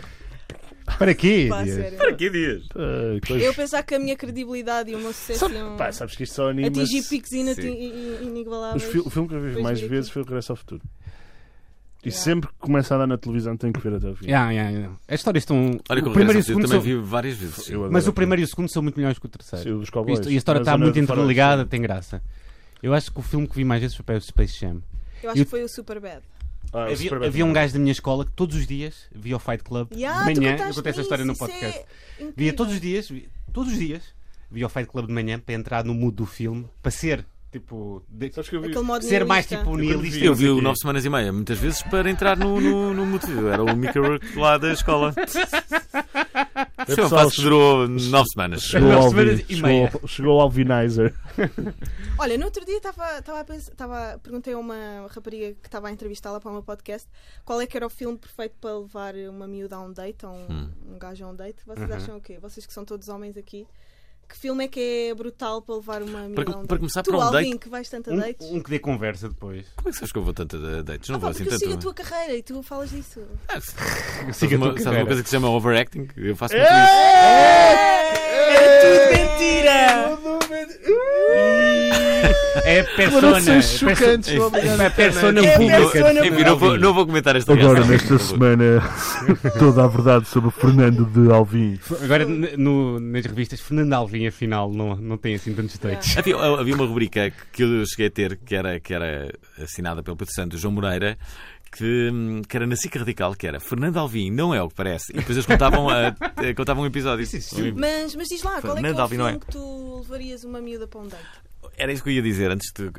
S2: Para quê?
S5: Pá,
S2: Dias?
S5: sério.
S1: Para que Dias?
S3: ah, coisa-
S5: Eu pensar que a minha credibilidade e o meu sucesso
S3: Sabe-
S5: iam
S3: pá, sabes que isto só anima.
S5: atingir picos inati-
S1: Sim.
S5: in- in-
S3: Os
S5: inigualáveis. é,
S3: fi- O filme que eu vi mais
S5: 2015.
S3: vezes foi o Regresso ao Futuro. E sempre que começa a dar na televisão tem que ver até o fim.
S2: Yeah, yeah, yeah. As histórias estão.
S1: Olha que
S2: o primeiro e o
S1: eu
S2: segundo
S1: também
S2: são...
S1: vi várias vezes.
S3: Eu
S2: Mas
S3: adoro.
S2: o primeiro e o segundo são muito melhores que o terceiro.
S3: Sim, o dos cowboys.
S2: Isto- e a história
S3: Na
S2: está
S3: zona
S2: muito
S3: de fora-
S2: interligada, tem graça. Eu acho que o filme que vi mais vezes foi o Space Jam.
S5: Eu acho
S2: Eu-
S5: que foi o Super Bad.
S3: Ah, o
S2: Havia,
S3: Superman.
S2: havia um gajo da minha escola que todos os dias via o Fight Club
S5: Yeah,
S2: de
S5: tu
S2: manhã. Eu
S5: contaste-me
S2: contei essa história no
S5: isso, isso é
S2: podcast. Via
S5: incrível.
S2: todos os dias, vi- todos os dias, via o Fight Club de manhã para entrar no mood do filme, para ser tipo. de-
S3: Sabes que eu vi?
S5: Aquele modo
S2: ser mais
S5: nihilista.
S2: tipo nihilista.
S1: Eu vi o 9 semanas e meia muitas vezes para entrar no, no, no motivo. Era o microwork lá da escola.
S2: É
S1: Sim,
S3: pessoal,
S1: um passo que durou 9 semanas.
S3: Chegou ao, Alvin-
S2: Nove semanas e meia.
S3: chegou, ao- chegou ao Vinizer.
S5: Olha, no outro dia estava estava a pensar, estava- perguntei a uma rapariga que estava a entrevistá-la para o meu podcast qual é que era o filme perfeito para levar uma miúda a um date, ou um, um gajo a um date. Vocês acham o quê? Vocês que são todos homens aqui. Que filme é que é brutal para levar uma miúda
S1: com-
S5: a um date?
S1: para começar,
S5: tu,
S1: para um
S5: Alvin,
S1: date-
S5: que vais tanto a dates?
S2: Um, um que dê conversa depois.
S1: Como é que sabes que eu vou tanto a dates? Não
S5: Ah,
S1: vou
S5: pá,
S1: assim
S5: porque eu
S1: tanto.
S5: sigo a tua carreira e tu falas disso.
S1: Ah, se-
S2: Siga a
S1: uma- sabe uma
S2: tua carreira.
S1: coisa que se chama overacting? Eu
S5: É,
S1: faço muito isso.
S2: Mentira! É persona.
S3: Declarações chocantes.
S1: É-
S2: É persona
S5: É
S2: pública.
S5: persona
S1: Enfim, não vou, não vou comentar esta
S3: Agora,
S1: reação.
S3: nesta
S1: Não vou.
S3: semana, toda a verdade sobre o Fernando de Alvim.
S2: Agora, n- no- nas revistas, Fernando Alvim, afinal, não, não tem assim tantos dates.
S1: Havia, havia uma rubrica que eu cheguei a ter que era, que era assinada pelo Pedro Santos João Moreira. Que, hum, que era na SIC Radical, que era Fernando Alvim, não é o que parece. E depois eles contavam, a- eh, contavam um episódio.
S5: Mas, mas diz lá, qual é que é
S1: Fernando
S5: o
S1: Alvim, não
S5: filme
S1: é?
S5: que tu levarias uma miúda para um date?
S1: Era isso que eu ia dizer antes de, eh,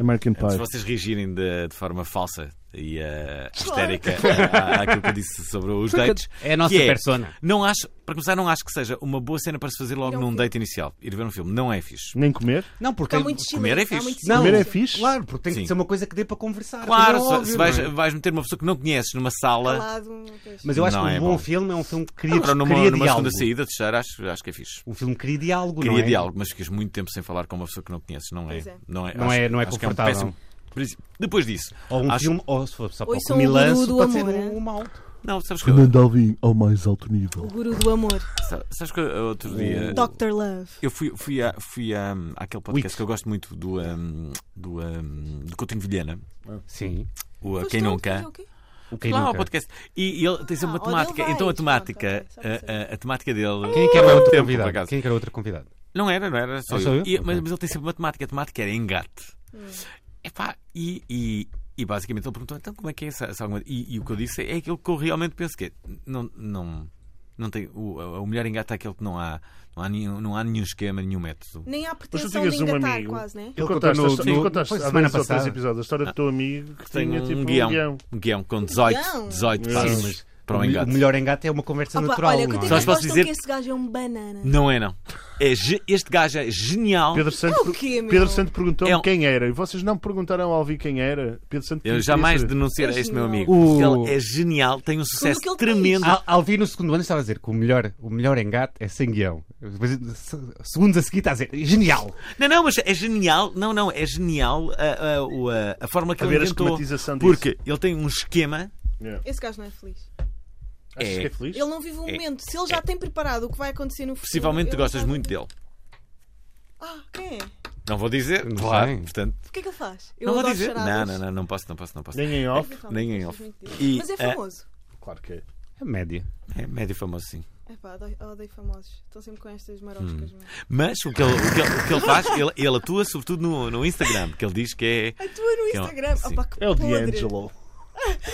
S3: American
S1: Antes de
S3: Pie.
S1: vocês reagirem de, de forma falsa e eh,
S5: Claro.
S1: histérica à- àquilo que eu disse sobre os dates.
S2: É a nossa
S1: que é,
S2: persona.
S1: Não acho, para começar, não acho que seja uma boa cena para se fazer logo
S5: Não
S1: num
S5: fiz.
S1: date inicial. Ir ver um filme não é fixe.
S3: Nem comer?
S2: Não, porque.
S5: Está muito
S1: comer é
S5: silêncio, há
S1: fixe.
S5: muito
S2: Não.
S3: Comer é
S5: silêncio.
S3: fixe?
S2: Claro, porque tem
S1: Sim.
S2: que ser uma coisa que dê para conversar.
S1: Claro,
S2: Como é
S1: se-
S2: óbvio,
S1: se vais,
S2: não é?
S1: vais meter uma pessoa que não conheces numa sala.
S5: Calado, pois.
S2: Mas eu acho
S1: Não
S2: que um
S1: é
S2: bom,
S1: bom.
S2: filme é um filme que cria,
S1: Agora, numa,
S2: cria
S1: numa
S2: diálogo.
S1: segunda saída, terceira, acho, acho que é fixe.
S2: Um filme que cria diálogo,
S1: Queria
S2: não é?
S1: diálogo, mas ficas muito tempo sem falar com uma pessoa que não conheces. Não é,
S5: Pois é.
S1: Não é,
S2: Não
S1: acho-
S2: é- não é
S1: acho que um
S2: confortável.
S1: péssimo princípio. Depois disso,
S2: Ou um
S1: acho-
S2: filme, ou se for só para
S5: Ou
S2: o
S5: isso é um
S2: comilanço,
S5: guru do
S2: pode
S5: amor,
S2: ser
S5: é?
S2: um, um mau.
S1: não, sabes que, eu-
S3: Fernando Alvim ao mais alto nível.
S5: O guru do amor.
S1: sabes que eu- outro dia.
S5: Dr. Love.
S1: Eu fui, fui, a, fui a, àquele podcast
S2: Wix.
S1: que eu gosto muito do, um, do, um, do Coutinho Vilhena,
S2: Sim.
S1: o uh,
S5: Foste
S1: Quem
S5: tu?
S1: Nunca.
S5: Foste o quê?
S2: O que
S1: Lá ao
S2: nunca.
S1: podcast. E, e ele tem sempre uma
S5: Ah, onde
S1: temática.
S5: ele vai.
S1: Então a temática,
S5: Pronto, ok, só para
S1: a, a- a temática dele.
S2: Quem é que era
S1: Há
S2: outro
S1: tempo, por
S2: convidado?
S1: acaso.
S2: Quem é que era outro convidado?
S1: Não era, não era, só
S2: Ah,
S1: eu.
S2: só eu?
S1: E- mas,
S2: Ok.
S1: mas ele tem sempre uma temática. A temática era engate.
S5: Hum.
S1: Epá, e, e, e basicamente ele perguntou: então como é que é essa, essa alguma- E, e o que eu disse é aquilo que eu realmente penso que é. Não, não, não tem, o, o melhor engate é aquele que não há, não há, nenhum, não há nenhum esquema, nenhum método.
S5: Nem há pretensão
S3: tinhas
S5: de
S3: um
S5: engatar,
S3: amigo.
S5: quase, né?
S2: Ele
S3: Tu
S2: contou
S3: contaste,
S2: no-
S3: a histó-
S2: no-
S3: tu contaste
S2: foi
S3: há
S2: semana
S3: dois ou três
S2: passada.
S3: episódios a história do teu amigo que
S1: Tem
S3: tinha
S1: um
S3: tipo
S1: guião.
S3: um guião.
S1: Um guião com 18,
S5: guião?
S1: 18
S3: Sim,
S1: passos
S2: mas
S1: para
S2: o,
S1: um
S2: me-
S1: engate.
S2: o melhor engate é uma conversa
S5: Opa,
S2: natural.
S5: olha,
S2: não
S5: quanto é
S2: é?
S5: que
S1: Só
S5: eles
S1: se posso
S5: gostam
S1: dizer-
S5: que esse gajo é um banana?
S1: Não é, não. É ge- este gajo é genial.
S3: Pedro Santo,
S5: É o quê, meu?
S3: Pedro Santo perguntou-me
S1: É um-
S3: quem era. E vocês não perguntaram ao Alvi quem era. Pedro Santo
S1: Eu
S3: queria
S1: jamais
S3: saber.
S1: denunciarei
S5: É
S1: este meu
S5: genial.
S1: amigo.
S2: O- Ah.
S1: porque Ele é genial, tem um sucesso
S5: que ele tem.
S1: tremendo.
S2: Al- Alvi no segundo ano estava a dizer que o melhor, o melhor engate é sem guião. Depois, se- segundos a seguir está a dizer genial.
S1: Não, não, mas é genial. Não, não, é genial a, a, o- ah, a, a forma que
S3: A
S1: ele
S3: ver a
S1: inventou.
S3: esquematização disso.
S1: Porque ele tem um esquema.
S3: Yeah.
S5: Esse gajo não é feliz.
S3: Achas
S1: É.
S3: que é feliz?
S5: Ele não vive o
S1: É.
S5: momento. Se ele já tem preparado o que vai acontecer no futuro.
S1: Possivelmente tu
S5: ele
S1: gostas
S5: sabe-
S1: muito dele.
S5: Ah, quem é?
S1: Não vou dizer,
S2: Não
S1: claro.
S2: sei.
S1: Portanto,
S5: O que é que ele faz? Eu
S1: não vou
S5: adoro
S1: dizer. Não,
S5: charadas.
S1: não, não, não posso, não posso, não posso.
S3: Nem em
S5: É que
S3: off?
S5: realmente
S1: Nem em
S5: gostas
S1: off.
S5: muito dele.
S1: E,
S5: Mas é
S1: ah,
S5: famoso.
S3: Claro que é.
S2: A média.
S1: É médio famoso, sim.
S5: Epá, odeio, odeio famosos. Estão sempre com estas maroscas.
S1: Hum.
S5: meu.
S1: Mas o que ele, o que ele, o que ele faz, ele, ele atua sobretudo no, no Instagram, que ele diz que é.
S5: A tua no
S1: é o-
S5: Instagram.
S1: sim.
S5: Opa, que
S3: É o
S5: podre.
S3: D'Angelo.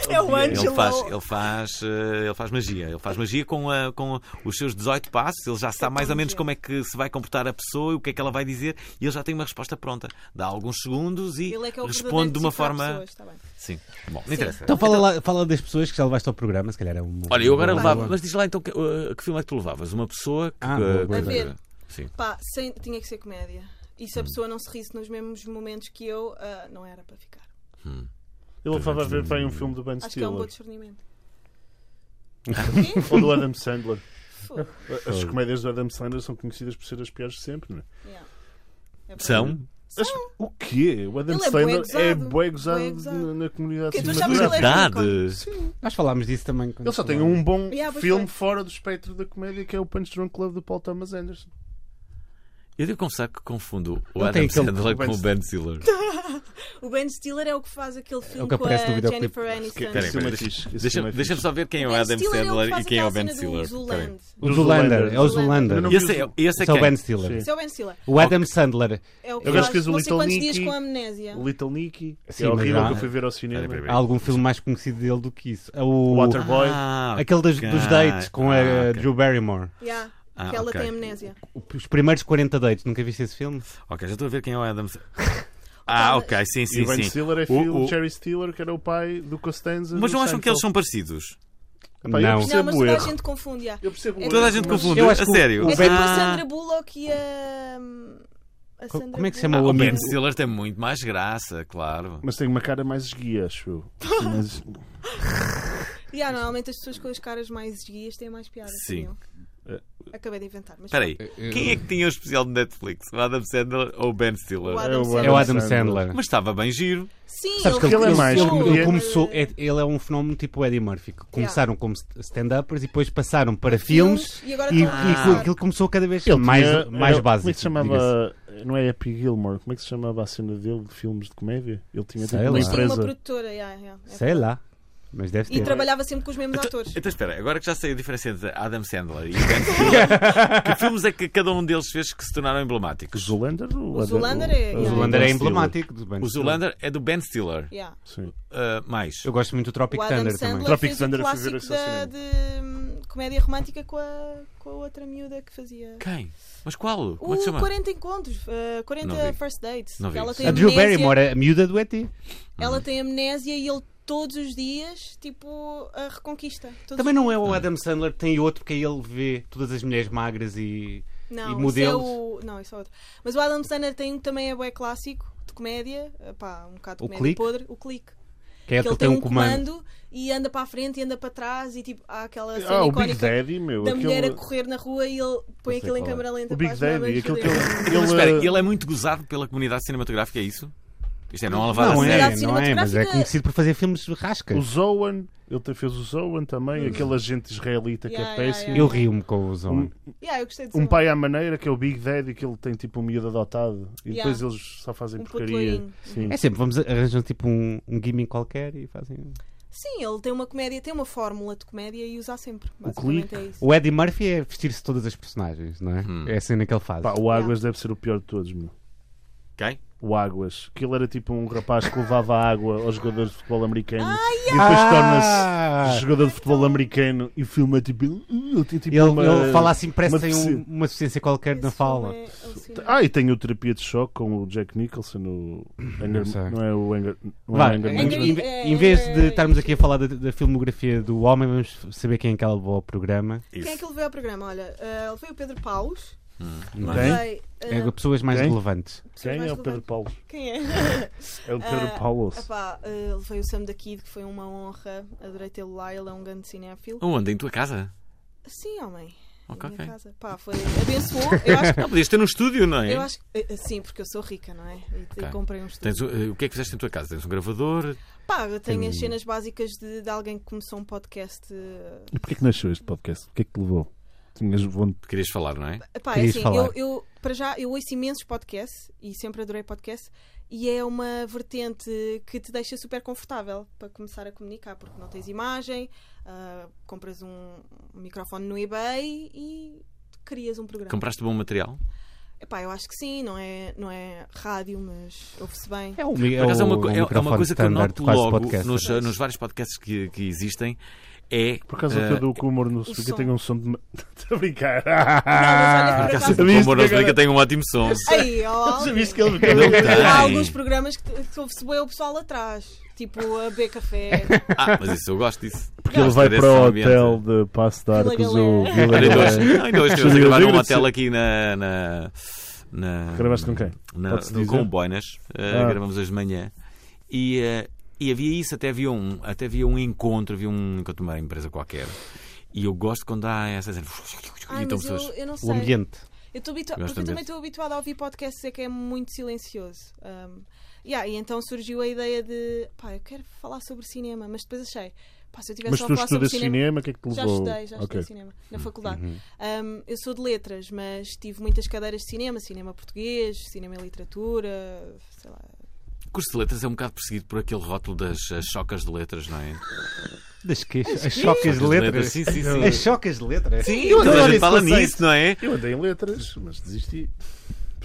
S5: É o Angelo.
S1: Ele faz, ele, faz, eh, ele faz magia. Ele faz magia com, a- com os seus 18 passos. Ele já sabe mais ou menos como é que se vai comportar a pessoa e o que é que ela vai dizer. E ele já tem uma resposta pronta. Dá alguns segundos e
S5: Ele é que é o
S1: responde de uma forma.
S5: Está tá bem.
S1: Sim. Bom, não interessa.
S2: Então fala, lá, fala das pessoas que já levaste ao programa, se calhar é um.
S1: Olha, eu agora
S2: um-
S1: levava. Mas diz lá então que, eh, que filme é que tu levavas? Uma pessoa que.
S2: Ah, boa, boa
S5: A ver.
S1: Sim.
S5: Pá, sem- tinha que ser comédia. E
S2: Hum.
S5: se a pessoa não se risse nos mesmos momentos que eu, ah, não era para ficar.
S3: Ele levava a ver bem um filme do Ben
S5: Acho que é um bom
S3: Stiller.
S5: discernimento.
S3: Ou do Adam Sandler.
S5: Fogo.
S3: As comédias do Adam Sandler são conhecidas por ser as piores de sempre, não é?
S5: Yeah. É para-
S1: São.
S3: O quê? O Adam
S5: Ele é bué
S3: Sandler é
S5: gozado.
S3: bué gozado,
S5: Bué gozado.
S3: na, na comunidade
S5: Porque tu
S3: cinematográfica.
S5: achavas que ele é era
S1: Verdade.
S2: Nós falámos disso também. quando
S3: Ele só tem
S2: falámos.
S3: um bom
S5: Yeah, pois
S3: filme
S5: foi.
S3: fora do espectro da comédia que é o Punch Drunk Club do Paul Thomas Anderson.
S1: Eu devo confessar que confundo o
S2: Não
S1: Adam
S2: tem aquele-
S1: Sandler
S2: o
S1: com
S2: Ben
S1: o Ben Stiller.
S5: Tá. O Ben Stiller é o que faz aquele
S2: que
S5: filme com a
S2: aparece no videoclipe.
S5: Jennifer Aniston.
S1: Espera aí,
S3: Esse filme é
S1: deixa-
S3: fixe, esse
S1: deixa-
S3: filme é fixe.
S1: Deixa-me só ver quem é o
S5: Ben
S1: Adam
S5: Stiller é o que
S1: Sandler
S5: faz
S1: e quem é o Ben
S5: aquela cena do
S1: Stiller. Espera aí.
S5: Zoolander.
S2: O Zulander, é o Zulander.
S3: Zoolander.
S1: Esse é, esse é
S2: Esse é o
S1: quem?
S2: Ben Stiller.
S3: Sim.
S5: Esse é o Ben Stiller.
S2: O Adam Sandler.
S5: É o que
S3: Eu acho
S5: faz
S3: que és o
S5: não sei
S3: Little
S5: quantos
S3: Nicky.
S5: dias com amnésia.
S3: O Little Nicky, que
S2: Sim,
S3: é
S2: mas
S3: horrível
S2: há-
S3: que eu fui ver ao cinema.
S1: Peraí, peraí,
S2: Há algum filme mais conhecido dele do que isso? É O,
S3: O Waterboy.
S1: Ah,
S2: Aquele das- dos
S1: ok.
S2: dates com a
S1: Ah, ok.
S2: Drew Barrymore.
S5: Yeah,
S1: Ah,
S5: que ela
S1: ok.
S5: tem amnésia.
S2: Os primeiros 40 dates. Nunca viste esse filme?
S1: Ok, já estou a ver quem é o Adam Sandler. Ah,
S5: mas-
S1: ok, sim,
S3: e
S1: sim,
S3: o Ben
S1: sim.
S3: Stiller é
S1: O-
S3: filho
S1: o-
S3: do Jerry Stiller, que era o pai do Costanza.
S1: Mas
S3: do
S1: não acham que eles
S3: Seinfeld.
S1: são parecidos?
S3: Epá, eu
S2: Não.
S3: percebo
S5: Não, mas
S3: o
S5: toda a
S3: erro.
S5: gente confunde. Yeah.
S3: Eu percebo o
S5: Toda
S1: Toda a
S3: erro,
S1: gente
S3: mas-
S1: confunde,
S2: Eu
S1: a
S2: acho que o-
S1: sério.
S2: o
S5: É
S2: Ben-
S5: tipo a
S1: Ah,
S5: Sandra Bullock e a. hum, a
S2: Co-
S5: Sandra
S2: como é que se chama
S5: Bullock.
S2: o
S1: Ah, o Ben
S2: amigo?
S1: Stiller tem muito mais graça, claro.
S3: Mas tem uma cara mais esguia, acho eu. Assim, mas-
S5: Yeah, normalmente as pessoas com as caras mais guias têm mais piada.
S1: Sim. É.
S5: sabiam? Acabei de inventar. Mas
S1: Espera aí,
S2: eu-
S1: quem é que tinha o especial de Netflix? O Adam Sandler ou o Ben Stiller?
S5: O Adam-
S3: É o
S5: Sandler.
S2: É o Adam Sandler.
S1: Mas estava bem giro.
S5: Sim, um
S2: Sabes que
S3: ele
S2: ele,
S3: é mais
S2: ele- ele
S3: comediante.
S2: começou. é- Ele é um fenómeno tipo o Eddie Murphy. que Começaram como stand-uppers e depois passaram para filmes.
S5: E agora
S2: E,
S5: estão a
S2: e aquilo-
S5: passar.
S2: aquilo começou cada vez
S3: Ele
S2: mais,
S3: tinha-
S2: mais
S3: era-
S2: básico.
S3: Como é que se
S2: diga-se.
S3: chamava? Não é Happy Gilmore? Como é que se chamava a cena dele de filmes de comédia? Ele tinha
S2: Sei
S3: tipo, uma
S2: lá.
S5: Mas tinha uma
S3: empresa.
S5: produtora. yeah, yeah, é.
S2: Sei lá. Mas deve
S5: E
S2: ter.
S5: trabalhava sempre com os mesmos
S1: Então,
S5: atores.
S1: então espera, agora que já sei a diferença entre Adam Sandler e Ben Stiller, que filmes é que cada um deles fez que se tornaram
S3: O
S1: emblemáticos?
S3: Zoolander? O,
S5: O Zoolander é-
S2: O
S5: Yeah.
S2: Zulander é
S3: Ben Stiller.
S2: emblemático. do Ben
S1: O
S2: Stiller.
S1: Zoolander é do Ben Stiller.
S5: Yeah.
S3: Sim.
S1: Ah, mais.
S2: Eu gosto muito do Tropic
S5: O Adam
S2: Thunder
S5: Sandler
S2: também.
S3: Tropic
S5: fez
S3: Thunder
S5: o
S3: eu fui ver
S5: clássico
S3: esse ao
S5: da, de hum, comédia romântica com a, com a outra miúda que fazia.
S1: Quem? Mas qual? Como
S5: O
S1: é que se chama?
S5: 40 encontros, eh, 40
S1: Não vi.
S5: first dates.
S1: Não vi
S5: Ela
S1: isso.
S5: tem
S2: A Drew
S5: amnésia-
S2: Barrymore, a miúda do ET.
S5: Ela tem amnésia e ele todos os dias, tipo, a reconquista. Todos
S2: Também
S5: os-
S2: não é o Adam Sandler, tem outro, porque aí ele vê todas as mulheres magras e.
S5: não,
S2: e
S5: isso
S2: modelos.
S5: É o... Não, isso é outro. Mas o Adam Sandler tem um que também é bué clássico, de comédia, eh, pá, um bocado de
S2: O
S5: comédia
S2: Clique?
S5: podre, o clique.
S2: Que é
S5: que
S2: que
S5: ele
S2: tem um comando.
S5: e anda para a frente e anda para trás e tipo, há aquela cena
S3: Ah, o Big
S5: icónica
S3: Daddy, meu.
S5: da mulher a
S3: aquele-
S5: correr na rua e ele põe aquilo em
S2: qual é.
S5: câmera lenta
S3: O Big
S5: para as mamas
S3: Daddy, aquele que
S5: fazerem-
S3: ele.
S1: Mas espera,
S2: eh,
S3: ele,
S1: ele é muito gozado pela comunidade cinematográfica, é isso? Isto é não a levar
S2: Não
S1: a sério.
S2: é,
S5: Comunidade
S2: não é, mas é
S5: cinematográfica-
S2: conhecido por fazer filmes
S1: é
S2: rascas.
S3: O Zoan, ele te- fez o Zoan também, aquele agente israelita que
S5: Yeah,
S3: é
S5: yeah,
S3: péssimo.
S5: yeah.
S2: Eu rio-me com o Zoan.
S5: Yeah, eu gostei de
S3: Um
S5: ser
S3: pai à maneira, que é o Big Daddy, que ele tem tipo um miúdo adotado e
S5: Yeah.
S3: depois eles só fazem
S5: Um puto
S3: porcaria.
S5: loirinho.
S3: Sim.
S2: É sempre, vamos arranjam tipo um, um gimmick qualquer e fazem.
S5: Sim, ele tem uma comédia, tem uma fórmula de comédia e usa sempre.
S3: clique.
S5: Basicamente é isso.
S2: O Eddie Murphy é vestir-se todas as personagens, não é? É a cena que ele faz.
S3: Pá, o Águas deve ser o pior de todos, meu.
S1: Quem?
S3: O Águas. Aquilo era tipo um rapaz que levava água aos jogadores de futebol americano e depois
S2: Ah!
S3: torna-se jogador de futebol americano e filma tipo. Ele, tem, tipo
S2: Ele,
S3: uma-
S2: ele fala assim, parece
S3: uma
S2: que tem um- uma deficiência qualquer na
S5: Esse
S2: fala.
S5: filme é alucinante.
S3: Ah, e tem o Terapia de Choque com o Jack Nicholson, o Anger,
S2: Hum, sei.
S3: não é o Anger, não é
S2: Vá,
S3: o Anger
S2: em,
S3: Management.
S5: Angry-
S2: em-
S5: é,
S2: em vez de
S5: Angry-
S2: estarmos aqui a falar da, da filmografia do homem, vamos saber quem é que ela levou ao programa.
S5: Quem é que ele veio ao programa? Olha, eh, ele veio o Pedro Paus.
S3: Quem?
S5: Veio, ah,
S2: É pessoas mais
S3: Quem?
S2: relevantes.
S5: pessoas
S3: Quem
S5: mais
S3: é o Pedro
S5: relevantes.
S3: Paulo?
S5: Quem é?
S3: É o Pedro
S5: Ah,
S3: Paulo.
S5: Epá, ah, ele veio o Sam da Kid, que foi uma honra. Adorei tê-lo lá, ele é um grande cinéfilo.
S1: Onde? Em tua casa?
S5: Sim, homem.
S1: Ok,
S5: Na minha
S1: ok.
S5: casa. Pá, foi. Abençoou. Eu acho que.
S1: Ah, podias ter no estúdio, não é?
S5: Eu acho que- eh, sim, porque eu sou rica, não é? E, te-
S1: Ok.
S5: comprei um estúdio.
S1: Tens, uh, o que é que fizeste em tua casa? Tens um gravador?
S5: Pá, eu tenho as cenas básicas de, de alguém que começou um podcast. eh,
S3: E porquê que nasceu este podcast? O que é que te levou? Tinhas vontade.
S1: Querias falar, não é?
S5: Epá, é
S2: Querias
S5: assim,
S2: falar?
S5: eu, eu, para já, eu ouço imensos podcasts e sempre adorei podcasts e é uma vertente que te deixa super confortável para começar a comunicar, porque não tens imagem, ah, compras um microfone no eBay e crias um programa.
S1: Compraste bom material?
S5: Epá, eu acho que sim, não é, não é rádio, mas ouve-se bem.
S2: É, um,
S1: Por acaso é uma,
S2: um
S1: co- é- é uma
S2: microfone
S1: coisa que eu
S2: standard
S1: noto
S2: de quase
S1: logo
S2: podcast.
S1: nos, uh, nos vários podcasts que, que existem. É.
S3: Por causa do
S1: eh,
S3: teu do humor no Subica
S5: som.
S3: tem um som de. Estou a brincar. Ah,
S5: mas olha que por acaso-
S1: O
S3: Viste
S1: Humor
S3: que
S1: Azulica
S3: agora-
S1: tem um ótimo som.
S5: Aí, ó,
S3: Viste que ele
S5: há
S1: Ai.
S5: alguns programas que, que ouve-se bem o pessoal atrás, tipo a beber café.
S1: Ah, mas isso eu gosto disso.
S3: Porque ele vai para o hotel de Passo de Arcos,
S5: Vila
S3: o Vila
S5: Galé.
S1: Olha, ainda hoje,
S3: Galé.
S1: ainda hoje
S2: um
S1: estivemos a gravar num hotel aqui na. na, na
S3: Gravaste com quem?
S1: na-
S3: Pode-se
S1: no-
S3: dizer?
S1: com o Boinas. Eh,
S3: Ah.
S1: Gravamos hoje de manhã. E, eh, e havia isso, até havia, um, até havia um encontro, havia um encontro de uma empresa qualquer. E eu gosto quando há essa.
S5: Ai,
S1: e então
S5: mas eu,
S1: pessoas.
S5: eu não sei.
S2: O ambiente.
S5: Eu estou habitua-
S1: Gosto
S5: porque
S1: de
S5: eu
S1: ver.
S5: também estou habituada a ouvir podcasts, é que é muito silencioso. Um, yeah, e então surgiu a ideia de pá, eu quero falar sobre cinema, mas depois achei, Pá, se eu tivesse
S3: Mas
S5: só
S3: tu
S5: a falar sobre
S3: estudas
S5: cinema,
S3: cinema, o que é que te
S5: já
S3: levou?
S5: estudei, já estudei
S3: Ok. Uhum.
S5: cinema na faculdade. Um, eu sou de letras, mas tive muitas cadeiras de cinema, cinema português, cinema e literatura, sei lá.
S1: O curso de letras é um bocado perseguido por aquele rótulo das eh, chocas de letras, não é?
S2: Das que? As chocas de letras.
S1: Sim, sim, sim.
S2: As chocas de letras.
S1: Sim,
S2: Eu
S1: toda a
S2: adoro
S1: gente
S2: esse
S1: fala
S2: conceito.
S1: nisso, não é?
S3: Eu andei em letras, mas
S5: Então
S3: desisti.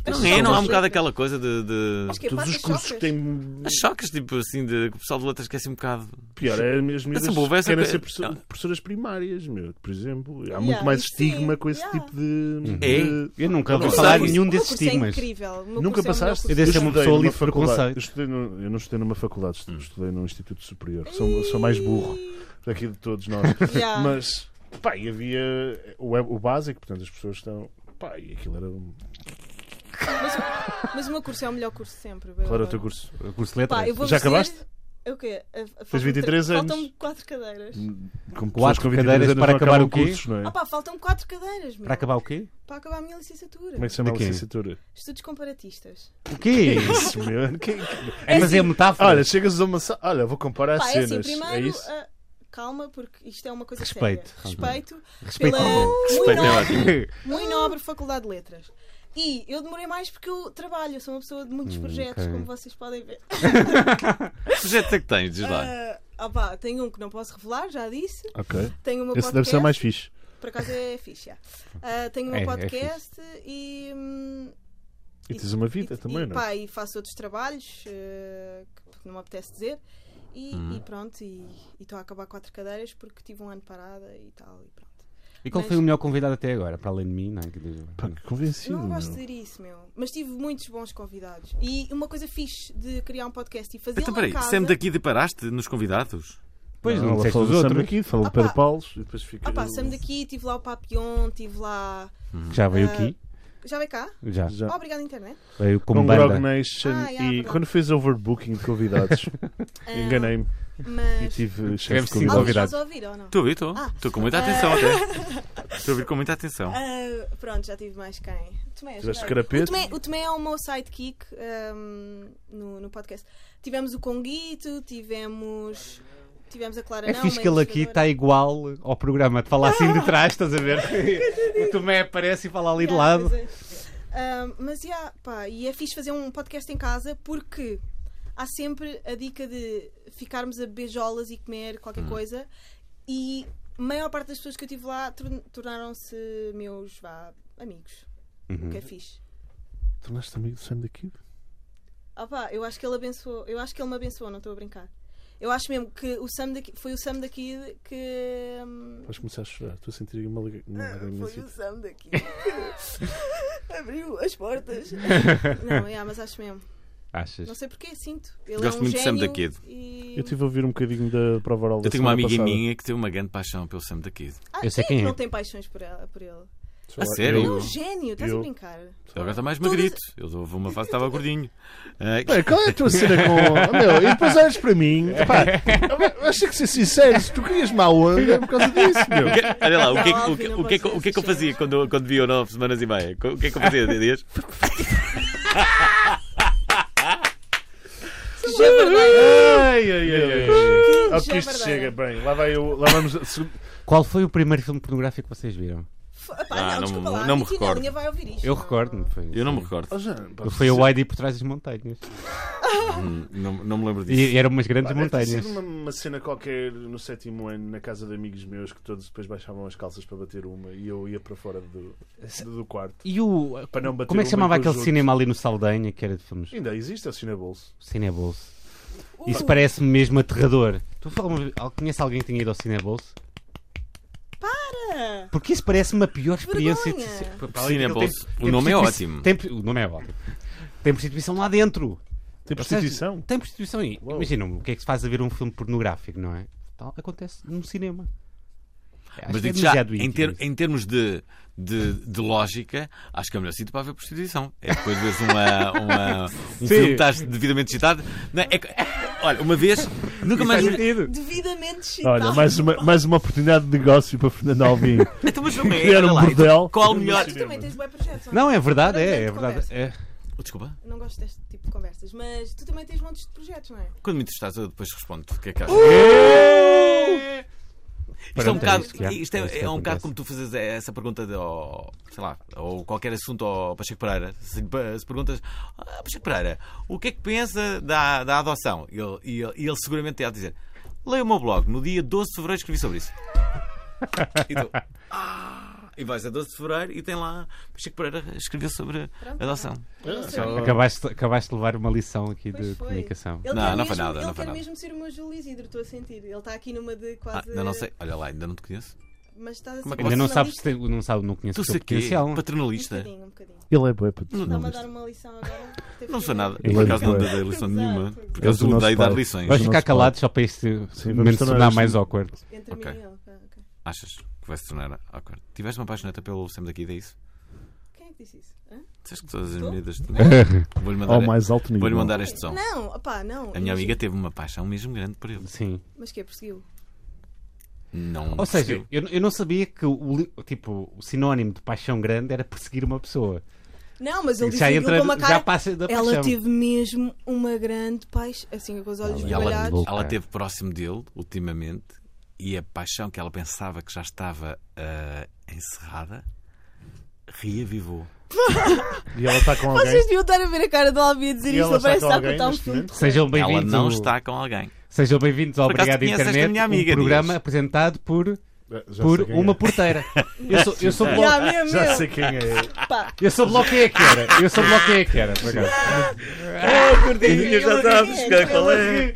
S1: Não é, não há um
S5: Sim.
S1: bocado aquela coisa de. de-
S5: Acho que é
S3: Todos
S5: parte
S3: os
S5: das
S3: cursos que
S5: chocas.
S3: têm.
S1: As chocas, tipo assim, de... que o pessoal de letras esquece um bocado.
S3: Pior é as
S1: Essa boa,
S3: miúdas
S1: essa
S3: que querem
S1: que-
S3: ser professor-
S1: Ela-
S3: professoras primárias, meu, por exemplo. Há
S5: Ah. Yeah,
S3: muito mais
S5: isso
S3: estigma
S5: sim,
S3: com esse
S5: yeah.
S3: tipo de.
S1: É?
S3: de-
S2: Eu nunca ouvi
S1: Não
S2: falar
S1: sei.
S2: de nenhum
S5: O meu
S2: desses
S5: curso É
S2: estigmas.
S5: incrível. O meu
S3: Nunca
S5: curso é o melhor
S3: passaste?
S5: curso
S2: Eu devo
S5: do
S2: ser uma
S5: mundo.
S2: pessoa
S3: estudei numa
S2: livre de Hum.
S3: faculdade-
S2: preconceitos.
S3: Eu, estudei num- eu não estudei numa faculdade, estu- estudei num instituto superior. Sou, sou mais burro daqui de todos nós.
S5: Yeah.
S3: Mas, pá, e havia o, o básico, portanto as pessoas estão. Pá, e aquilo era. um-
S5: Mas o meu curso é o melhor curso sempre.
S3: Qual era o teu curso?
S2: O curso de letras.
S5: Pá, eu vou
S3: Já
S5: dizer-
S3: acabaste?
S5: É O quê? A- a-
S3: Tens
S5: faltam-
S3: 23 anos. Hum.
S5: Faltam-me 4 cadeiras.
S3: Como pessoas
S2: Quatro
S3: com 23
S2: cadeiras
S3: anos
S2: para
S3: não
S2: acabar
S3: acabam
S2: o quê?
S3: cursos, não é?
S5: Ah pá, faltam 4 cadeiras, meu.
S2: Para acabar o quê?
S5: Para acabar a minha licenciatura.
S3: Como é que se chama a
S2: De quê? É
S3: licenciatura?
S5: Estudos comparatistas.
S2: O
S5: É
S2: quê?
S3: Isso, meu. Que- que-
S2: É, mas é
S5: assim,
S2: metáfora.
S3: Olha, chegas a uma sala. Olha, vou comparar
S5: Pá, é
S3: cenas.
S5: assim, primeiro,
S3: é isso?
S5: ah, calma, porque isto é uma coisa
S2: Respeito.
S5: séria. Respeito.
S2: Respeito.
S5: Pela muito,
S1: Respeito é
S5: nobre,
S1: ótimo.
S5: muito nobre Faculdade de Letras. E eu demorei mais porque eu trabalho, eu sou uma pessoa de
S3: Hum,
S5: muitos projetos,
S2: ok.
S5: como vocês podem ver.
S1: Que projeto é que tens? Diz lá.
S5: Ah, ah pá, tenho um que não posso revelar, já disse.
S3: Ok.
S5: Tenho uma
S3: Ah, Esse deve ser o mais fixe.
S5: Por acaso é fixe. já. Ah, tenho um
S2: É, é
S5: podcast e. hum,
S3: E tens uma vida
S5: e-
S3: também,
S5: e,
S3: não é?
S5: pá, e faço outros trabalhos eh, que não me apetece dizer. E,
S3: Hum.
S5: e pronto, e e estou a acabar quatro cadeiras porque tive um ano parada e tal. E pronto.
S2: E qual
S5: Mas-
S2: foi o melhor convidado até agora? Para além de mim, não é? Que diz-
S3: Pá, que convencido. é?
S5: não gosto
S3: meu.
S5: de dizer isso, meu. Mas tive muitos bons convidados. E uma coisa fixe de criar um podcast e fazer
S1: Então,
S5: em
S1: peraí,
S5: casa.
S1: sempre daqui deparaste nos convidados?
S2: Pois, não,
S3: ela
S2: disseste
S3: fala
S2: os
S3: do Sam
S2: outros.
S3: daqui, fala do
S5: Ah,
S3: Pedro
S5: pá.
S3: Paulos e depois fica.
S5: Ah pá, Sam daqui, tive lá o Papion, tive lá.
S2: que Já
S5: Ah.
S2: veio aqui.
S5: Já vem cá?
S2: Já.
S3: Já.
S5: Oh, obrigado, internet.
S2: Veio como
S3: Com
S2: banda.
S3: Um Grog né? Nation
S5: Ah, é,
S3: e
S5: verdade.
S3: quando fez overbooking de convidados,
S5: Ah,
S3: enganei-me e
S5: Mas.
S3: tive
S2: Escreve
S3: chefe de
S2: cinco
S5: Alguém
S3: convidados.
S5: estás a ouvir ou não?
S1: Estou a ouvir, estou.
S5: Ah.
S1: Estou com muita atenção até. Estou a ouvir com muita atenção.
S5: Ah, pronto, já tive mais quem? Tomé, já
S3: Tiveste
S5: vai.
S3: Carapete?
S5: O Tomé, o Tomé é o meu sidekick ahm, no, no podcast. Tivemos o Conguito, tivemos. Tivemos a Clara
S2: É
S5: não,
S2: fixe
S5: uma
S2: que ele aqui
S5: ilustradora.
S2: está igual ao programa, de falar assim de trás, estás a ver? o Tomé aparece e fala ali de
S5: Yeah,
S2: lado.
S5: pois é. Ahm, mas yeah, pá, e é fixe fazer um podcast em casa porque há sempre a dica de ficarmos a beijolas e comer qualquer
S2: Hum.
S5: coisa e a maior parte das pessoas que eu tive lá torn- tornaram-se meus vá, amigos.
S2: Uhum.
S5: O
S2: Hum.
S5: que é fixe.
S3: Tornaste amigo do Sam daqui?
S5: Ah pá, eu acho que ele abençoou, eu acho que ele me abençoou, não estou a brincar. Eu acho mesmo que o Sam daqui, foi o Sam daqui que. hum,
S3: Vais começar a chorar. Estou a sentir aqui uma lega- uma lagaminha.
S5: Ah, foi um o Sam daqui que abriu as portas. não, yeah, mas acho mesmo.
S2: Achas?
S5: Não sei porque, sinto. Ele
S1: Gosto
S5: é um
S1: muito de Sam
S5: gênio
S1: da Kid.
S5: E...
S3: Eu estive a ouvir um bocadinho da prova oral da
S1: Eu tenho uma
S3: semana
S1: amiga
S3: passada.
S1: minha que teve uma grande paixão pelo Sam da Kid.
S5: Ah,
S2: Eu sei
S5: é
S2: quem
S5: que
S2: é.
S5: não tem paixões por, ela, por ele?
S3: Sei lá,
S1: A sério?
S5: Ele é
S1: Eu-
S5: um gênio, estás
S3: eu-
S5: a brincar.
S1: Ele agora está mais magrito. Eu houve uma fase que estava gordinho. Ah,
S3: Pá, qual é a tua cena com. Oh, meu, e depois olhas para mim. Pá, acho que ser sincero, se tu querias mal onda é por causa disso, meu.
S1: que- Olha lá, o que, é que-
S5: Não,
S1: o que-
S5: Alvin, não
S1: o que é que-
S5: pode
S1: o que é que eu
S5: ser
S1: fazia quando, quando via o nove semanas e meia? O que é que eu fazia? Dias?
S5: é
S3: Ai, ai, ai, ai. Ao que
S5: já é
S3: isto
S5: um verdade.
S3: chega, bem, lá vai eu. Lá vamos. se-
S2: Qual foi o primeiro filme pornográfico que vocês viram?
S5: F- Epá,
S1: Ah, não
S5: não,
S1: me-
S5: desculpa lá,
S1: não me
S5: a Tina
S1: recordo.
S5: Linha vai ouvir isto.
S2: Eu recordo-me. Foi,
S1: Eu não me recordo.
S3: Oh, já, pá,
S2: Foi
S3: se-
S2: o ID por trás das montanhas.
S1: Hum, Não, não me lembro disso.
S2: E eram umas
S3: Pá,
S2: grandes
S3: deve ter sido
S2: montanhas.
S3: uma, uma cena qualquer no sétimo ano na casa de amigos meus que todos depois baixavam as calças para bater uma e eu ia para fora do, do, do quarto.
S2: E o.
S3: Para não bater
S2: Como é que
S3: uma
S2: chamava
S3: em
S2: aquele
S3: conjunto.
S2: cinema ali no Saldanha, que era de filmes?
S3: Ainda existe, é o Cinebolso.
S2: Cinebolso. Isso parece-me mesmo aterrador. Tu falas, conhece alguém que tenha ido ao Cinebolso?
S5: Ah,
S2: Porque isso parece-me a pior
S5: Vergonha.
S2: experiência de se- Para- para além
S1: Cinebolso.
S2: daquilo,
S1: O nome é
S2: prostitui-
S1: ótimo.
S2: Tem, o nome é ótimo. Tem prostituição lá dentro.
S3: Tem
S2: Ou seja,
S3: prostituição?
S2: Tem prostituição aí.
S3: Uau.
S2: Imagina o que é que se faz a ver um filme pornográfico, não é? Tal, acontece num cinema. Acho
S1: Mas
S2: que é
S1: digo já,
S2: demasiado
S1: em,
S2: íntimo
S1: ter-
S2: isso.
S1: em termos de, de, de lógica, acho que é o melhor sítio para haver prostituição. É depois de veres uma, uma- um filme que estás devidamente excitado. Não é? É que- olha, uma vez, nunca mais.
S2: Faz sentido.
S5: devidamente chitado.
S3: Olha, mais
S2: um
S3: uma, mais uma oportunidade de negócio para Fernando Alvim.
S1: Então, mas não é,
S3: Criar
S1: olha
S3: um
S1: lá,
S3: bordel.
S1: Qual o melhor.
S5: Tu também tens bem projetos.
S2: Não, é verdade,
S5: Agora
S2: é, é
S5: mesmo
S2: verdade.
S5: conversa.
S2: É.
S1: Oh, Desculpa.
S5: Não gosto deste tipo de conversas, mas tu também tens montes de projetos, não é?
S1: Quando me entrevistas, eu depois respondo o que é que achas. Isto
S2: Uh!
S1: é um
S2: Pronto,
S1: bocado,
S2: é isso que há.
S1: isto é,
S2: É isso que
S1: é um bocado
S2: acontece.
S1: como tu fazes essa pergunta de, ao, sei lá, ou qualquer assunto ao Pacheco Pereira. Se, lhe pe- se perguntas, ah, Pacheco Pereira, o que é que pensa da, da adoção? E ele, e ele, e ele seguramente tem a dizer, leia o meu blog, no dia 12 de fevereiro escrevi sobre isso. e, tu, "Ah." E vais a 12 de fevereiro e tem lá, Pacheco Pereira escreveu sobre adoção.
S2: Acabaste, acabaste de levar uma lição aqui
S5: Pois
S2: de
S5: foi.
S2: comunicação.
S5: Ele
S1: Não,
S5: quer
S1: não foi
S5: mesmo-
S1: nada,
S5: Ele
S1: não foi
S5: quer
S1: nada.
S5: mesmo ser o meu Júlio Isidro, estou a sentir. Ele está aqui numa de
S1: Ah,
S5: quase.
S1: ainda não sei, olha lá, ainda não te conheço.
S5: Mas está assim, a
S1: Como é que
S5: ser
S2: Ainda não
S5: uma
S2: sabes,
S5: lista.
S2: te- não sabes, não é? conheces
S1: Tu
S2: o
S1: sei
S2: teu
S1: que
S2: potencial.
S5: Um
S1: paternalista.
S5: bocadinho, um bocadinho.
S3: Ele é bué
S5: Está-me a dar
S3: paternalista.
S5: uma lição agora. Teve
S1: Não
S5: que
S1: sou
S5: ver.
S1: nada,
S3: Eu
S1: por acaso
S3: lembro
S1: não
S3: que
S1: dei dei lição
S5: Exato.
S1: nenhuma, porque eu
S3: Eles do nosso
S1: odeio dar
S3: pai.
S1: lições.
S2: Vais ficar
S3: nosso pai.
S2: calado só para este
S3: vamos
S2: momento se
S3: tornar
S2: tornar
S3: isto-
S2: mais awkward.
S5: Entre
S1: Ok.
S5: mim e ele. Ah, ok.
S1: Achas que vai se tornar awkward? Tiveste uma paixoneta pelo Sam daqui, é isso?
S5: Quem é que disse isso? Hã?
S1: Disseste que todas as
S5: Tu?
S1: medidas tinham. Vou-lhe mandar,
S3: Ao mais um alto nível.
S1: vou-lhe mandar este som.
S5: Não, opá, não.
S1: A minha
S5: Mas-
S1: amiga teve uma paixão mesmo grande por ele.
S2: Sim.
S5: Mas que é, perseguiu?
S1: Não
S2: Ou seja,
S1: percebeu.
S2: eu, eu não sabia que o, li- tipo, o sinónimo de paixão grande era perseguir uma pessoa.
S5: Não, mas ele
S2: Isso
S5: disse
S2: já
S5: aquilo
S2: entra-
S5: com uma cara.
S2: já passa da
S5: ela
S2: paixão.
S5: teve mesmo uma grande paixão, assim, com os olhos
S2: Ela-
S1: E ela,
S5: vermelhados.
S1: ela
S2: Cara.
S1: teve próximo dele, ultimamente, e a paixão que ela pensava que já estava ah, encerrada reavivou.
S3: E ela está com alguém.
S5: Vocês deviam estar a ver a cara do Albi a dizer
S3: E
S5: isto,
S3: ela
S5: ele parece
S3: está com
S5: estar a
S3: alguém
S5: contar um
S3: neste
S5: filme.
S3: momento.
S2: Sejam
S1: Ela
S2: bem-vindos.
S1: não
S2: ao-
S1: está com alguém.
S2: Sejam bem-vindos ao
S1: Por acaso
S2: Obrigado
S1: conheces esta
S2: Internet,
S1: minha amiga,
S2: um programa
S1: Dias.
S2: apresentado por,
S3: Já
S2: por
S3: sei quem
S2: uma
S3: é.
S2: porteira. Eu sou, eu sou,
S5: Já,
S2: bloco,
S5: mesmo,
S3: Já
S5: mesmo.
S3: sei quem é.
S5: Pá,
S2: eu sou bloco quem é que era. Eu sou bloco quem é que era, por acaso.
S3: Eu já estava a buscar qual é.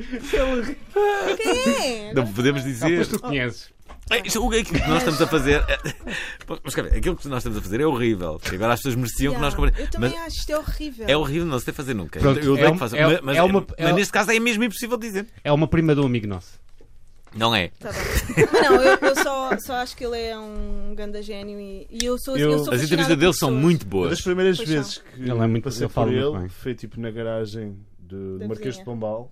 S5: quem é?
S1: Não podemos
S2: Ah,
S1: dizer.
S2: pois tu conheces.
S1: É, isto- o que é que nós estamos a fazer? É, Mas, espera, aquilo que nós estamos a fazer é horrível. porque Agora as pessoas mereciam um que nós
S5: Yeah,
S1: compreendamos.
S5: Eu também acho isto é horrível.
S1: É horrível, não se deve fazer nunca.
S2: Pronto,
S1: eu
S2: é
S1: odeio
S2: um-
S1: que façam,
S2: é-
S1: mas- mas,
S2: é uma-
S1: mas
S2: é-
S1: neste caso é mesmo impossível dizer.
S2: É uma prima de um amigo nosso.
S1: Não é?
S5: Tá bem. Mas não, eu, eu só, só acho que ele é um ganda gênio e, e eu sou
S3: Eu-
S5: eu sou
S1: As
S5: apaixonada
S1: entrevistas
S5: por
S1: dele são
S5: pessoas.
S1: muito
S3: Uma das
S1: boas.
S3: primeiras
S5: Pois
S3: vezes que
S2: Ele é muito-
S3: passei
S2: ele fala
S3: por
S2: muito
S3: ele
S2: bem.
S3: foi tipo na garagem do
S5: Da
S3: Marquês
S5: vizinha.
S3: de Pombal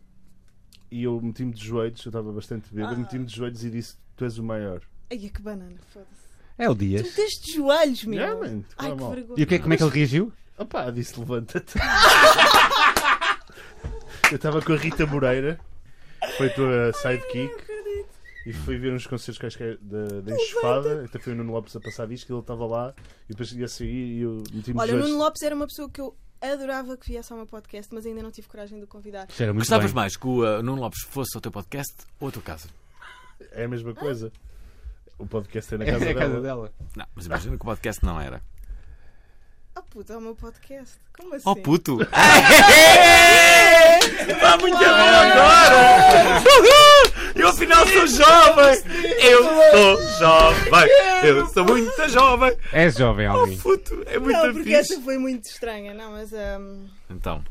S3: e eu meti-me de joelhos, eu estava bastante bêbado,
S5: Ah.
S3: meti-me de joelhos e disse: Tu és o maior.
S5: Ai, é que banana, foda-se.
S2: É o
S5: Tu
S2: Dias.
S5: meteste de joelhos, meu.
S3: Yeah, man,
S5: Ai,
S3: claro,
S5: que
S3: mal.
S5: vergonha.
S2: E o que é, como é que ele reagiu?
S3: Opá, disse: Levanta-te. eu estava com a Rita Moreira, foi a tua sidekick. E fui ver uns concertos quaisquer é da, da enxofada, até foi o Nuno Lopes a passar disco, ele estava lá, e depois ia sair e eu meti-me de
S5: Olha, o Nuno
S3: joelhos.
S5: Lopes era uma pessoa que eu adorava que viesse ao meu podcast, mas ainda não tive coragem de o convidar.
S2: Cheira muito
S1: Gostavas
S2: bem.
S1: mais que o uh, Nuno Lopes fosse ao teu podcast ou à tua casa?
S3: É a mesma coisa. O podcast é na
S2: É
S3: casa,
S2: a casa
S3: dela.
S2: dela.
S1: Não, mas imagina que o podcast não era.
S5: Oh puto, é o meu podcast. Como assim?
S1: Oh puto! Eu afinal sou jovem! Eu sou jovem! Eu sou muito jovem!
S2: És É jovem,
S5: Oh,
S2: Alvin.
S1: Puto, é
S5: Não, porque essa foi muito estranha, não, mas. hum,
S1: Então,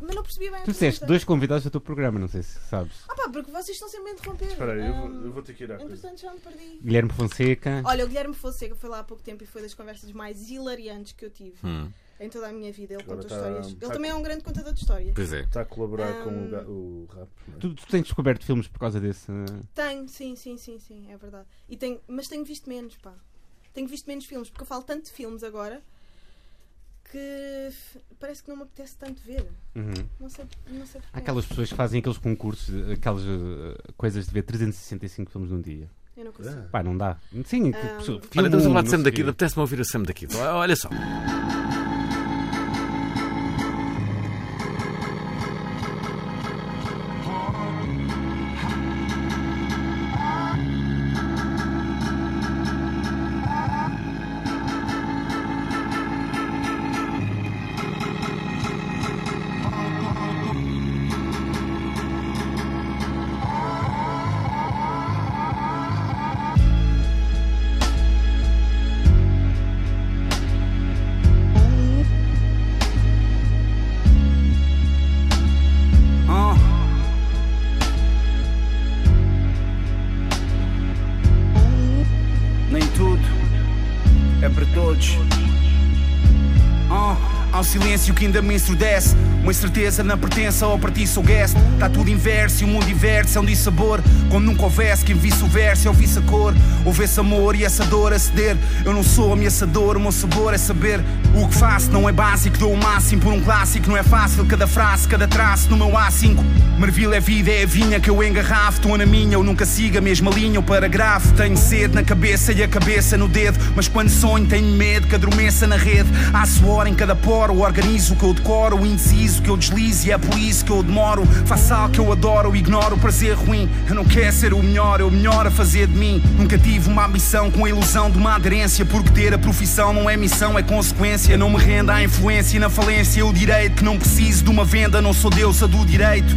S5: Mas não percebi bem a
S2: Tu disseste
S5: pergunta.
S2: dois convidados do teu programa, não sei se sabes.
S5: Ah pá, porque vocês estão sempre a interromper.
S3: Espera aí, eu vou,
S5: Hum,
S3: eu vou ter que ir à coisa.
S5: Entretanto, já me perdi.
S2: Guilherme Fonseca.
S5: Olha, o Guilherme Fonseca foi lá há pouco tempo e foi das conversas mais hilariantes que eu tive
S1: hum,
S5: em toda a minha vida. Ele
S3: Agora
S5: contou
S3: tá-
S5: histórias. Ele
S3: tá-
S5: também é um grande contador de histórias.
S1: pois é.
S3: Está Tá a colaborar com
S5: Hum.
S3: o, ga- o rap. não é?
S2: Tu, tu tens descoberto filmes por causa desse. uh,
S5: Tenho, sim, sim, sim, sim, é verdade. E tenho, mas tenho visto menos, pá. Tenho visto menos filmes, porque eu falo tanto de filmes agora que f- parece que não me apetece tanto ver.
S2: Uhum.
S5: Não sei, não sei
S2: Há
S5: porquê.
S2: aquelas pessoas que fazem aqueles concursos, de- aquelas uh, coisas de ver 365 filmes num dia.
S5: Eu não consigo.
S1: Ah.
S2: Pá, não dá. Sim, que,
S5: Ah.
S2: pessoa-
S1: Olha,
S2: filme
S1: estamos a falar
S2: um,
S1: de
S2: não
S1: Sam
S2: sei
S1: daqui,
S2: quê.
S1: apetece-me ouvir a Sam daqui. Olha só.
S6: Ah. Nem tudo é para todos. Ah, Há um silêncio que ainda me ensurdece. Uma incerteza na pertença ou pertence ou guest. Está tudo inverso e o mundo inverso é um dissabor. Como nunca houvesse quem visse o verso, eu visse a cor. Houvesse amor e essa dor a ceder. Eu não sou ameaçador, o meu sabor é saber. O que faço não é básico, dou o máximo por um clássico. Não é fácil, cada frase, cada traço no meu A5. Mervil é vida, é a vinha que eu engarrafo. Estou na minha, eu nunca sigo a mesma linha ou parágrafo. Tenho sede na cabeça e a cabeça no dedo. Mas quando sonho, tenho medo que adormeça na rede. Há suor em cada poro, organizo o que eu decoro. O indeciso que eu deslizo e é por isso que eu demoro. Faço algo que eu adoro, ignoro o prazer ruim. Eu não quero ser o melhor, eu melhor a fazer de mim. Nunca tive uma ambição com a ilusão de uma aderência. Porque ter a profissão não é missão, é consequência. Não me rendo à influência e na falência. Eu direito que não preciso de uma venda, não sou deusa do direito.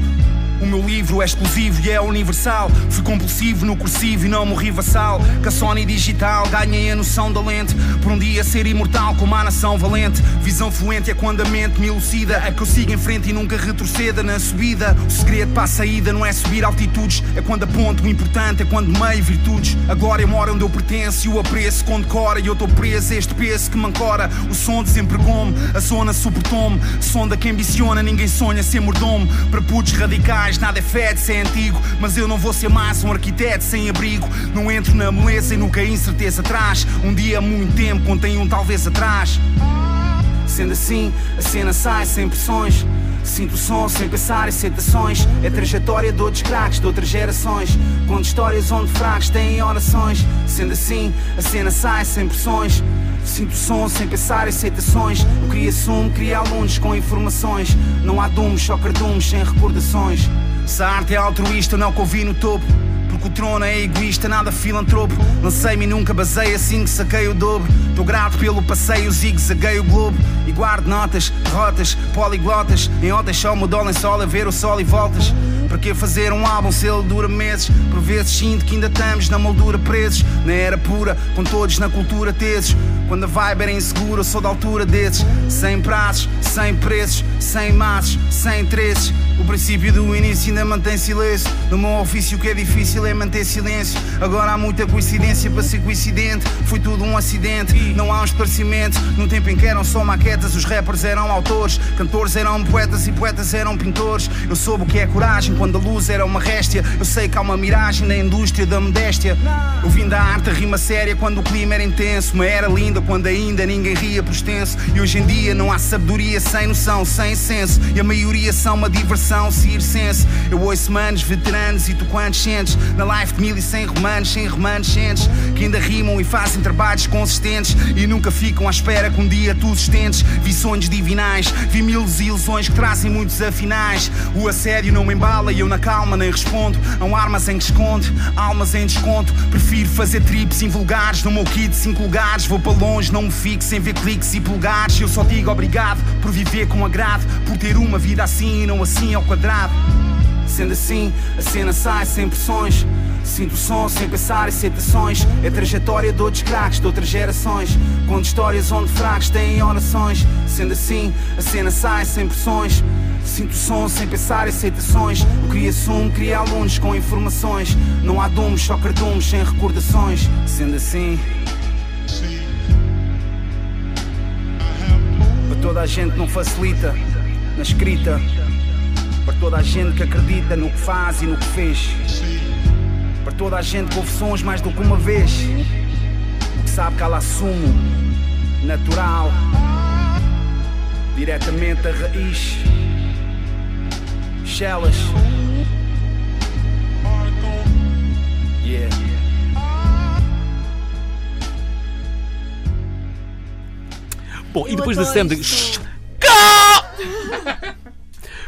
S6: O meu livro é exclusivo e é universal. Fui compulsivo no cursivo e não morri vassal. Que a Sony digital ganhei a noção da lente. Por um dia ser imortal como a nação valente. Visão fluente é quando a mente me elucida. É que eu sigo em frente e nunca retroceda na subida. O segredo para a saída não é subir altitudes. É quando aponto o importante, é quando meio virtudes. A glória mora onde eu pertenço e o apreço condecora. E eu estou preso a este peso que me ancora. O som de sempre como, a zona supertome. Sonda que ambiciona, ninguém sonha ser mordomo. Para putos radicais, nada é fed, sem antigo. Mas eu não vou ser mais um arquiteto sem abrigo. Não entro na moleza e nunca a incerteza traz. Um dia, muito tempo, contém um talvez atrás. Sendo assim, a cena sai sem pressões. Sinto o som sem pensar em citações. É trajetória de outros craques, de outras gerações. Conto histórias onde fracos têm orações. Sendo assim, a cena sai sem pressões. Sinto o som sem pensar em citações. Eu crio assumo, crio alunos com informações. Não há dumos, só cardumes sem recordações. Se a arte é altruísta, não convi no topo. Porque o trono é egoísta, nada filantropo. Lancei-me e nunca basei assim que saquei o dobro. Estou grato pelo passeio, zigue-zaguei o globo. E guardo notas, rotas, poliglotas. Em otas só me dou lençol a ver o sol e voltas. Para que fazer um álbum se ele dura meses? Por vezes sinto que ainda estamos na moldura presos. Na era pura, com todos na cultura teses. Quando a vibe era insegura, eu sou da altura desses. Sem prazos, sem preços, sem maços, sem interesses. O princípio do início ainda mantém silêncio. No meu ofício, o que é difícil é manter silêncio. Agora há muita coincidência para ser coincidente. Foi tudo um acidente, não há um esclarecimento. No tempo em que eram só maquetas, os rappers eram autores, cantores eram poetas e poetas eram pintores. Eu soube o que é coragem quando a luz era uma réstia. Eu sei que há uma miragem na indústria da modéstia. Eu vim da arte, a rima séria quando o clima era intenso. Uma era linda quando ainda ninguém ria por extenso. E hoje em dia não há sabedoria sem noção, sem senso. E a maioria são uma diversão circense. Eu ouço manos, veteranos e tocantes sentes. Na live de mil e cem romanos, sem remanescentes. Que ainda rimam e fazem trabalhos consistentes. E nunca ficam à espera que um dia tu sustentes. Vi sonhos divinais, vi mil ilusões que trazem muitos afinais. O assédio não me embala e eu na calma nem respondo. Hão armas em que escondo, almas em desconto. Prefiro fazer trips invulgares no meu kit de cinco lugares. Vou para longe, não me fico sem ver cliques e polegares. Eu só digo obrigado por viver com agrado, por ter uma vida assim e não assim ao quadrado. Sendo assim, a cena sai sem pressões. Sinto o som sem pensar em citações. É trajetória de outros craques, de outras gerações. Conto histórias onde fracos têm orações. Sendo assim, a cena sai sem pressões. Sinto o som sem pensar em citações. Eu crio assumo, crio alunos com informações. Não há dumos, só cardumes sem recordações. Sendo assim. Para toda a gente não facilita na escrita. Para toda a gente que acredita no que faz e no que fez. Para toda a gente que ouve sons mais do que uma vez. O que sabe que ela assumo, natural, diretamente a raiz. Shellas. Yeah.
S1: Bom, e depois da
S5: adoro
S1: Sam de...
S5: isto.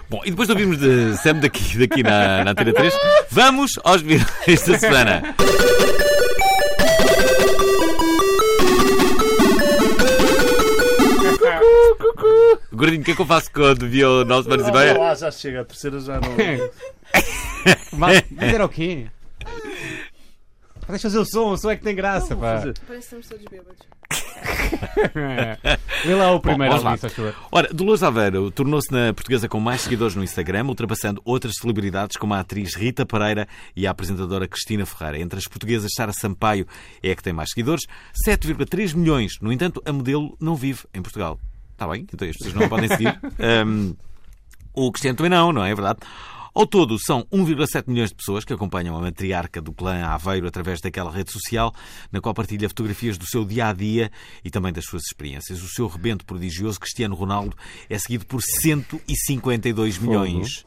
S1: Bom, e depois de ouvirmos de Sam daqui, daqui na, na Antena 3, vamos aos virais da semana. Gordinho, o que é que eu faço quando viu 9 semanas e meia?
S3: Ah, já chega, a terceira já não.
S2: Mas, mas era o quê?
S5: Ah.
S2: Pá, Deixa eu fazer o som, o som é que tem graça, pá.
S5: Parece que estamos todos bêbados.
S2: Vê lá o primeiro,
S1: vamos lá.
S2: Alvin, se faz favor.
S1: Ora, Dolores Aveiro tornou-se na portuguesa com mais seguidores no Instagram, ultrapassando outras celebridades como a atriz Rita Pereira e a apresentadora Cristina Ferreira. Entre as portuguesas, Sara Sampaio é a que tem mais seguidores, 7,3 milhões. No entanto, a modelo não vive em Portugal. Está bem, então as pessoas não podem seguir. Ahm, o Cristiano também não, não é verdade? Ao todo, são 1,7 milhões de pessoas que acompanham a matriarca do clã Aveiro através daquela rede social, na qual partilha fotografias do seu dia a dia e também das suas experiências. O seu rebento prodigioso, Cristiano Ronaldo, é seguido por 152 milhões.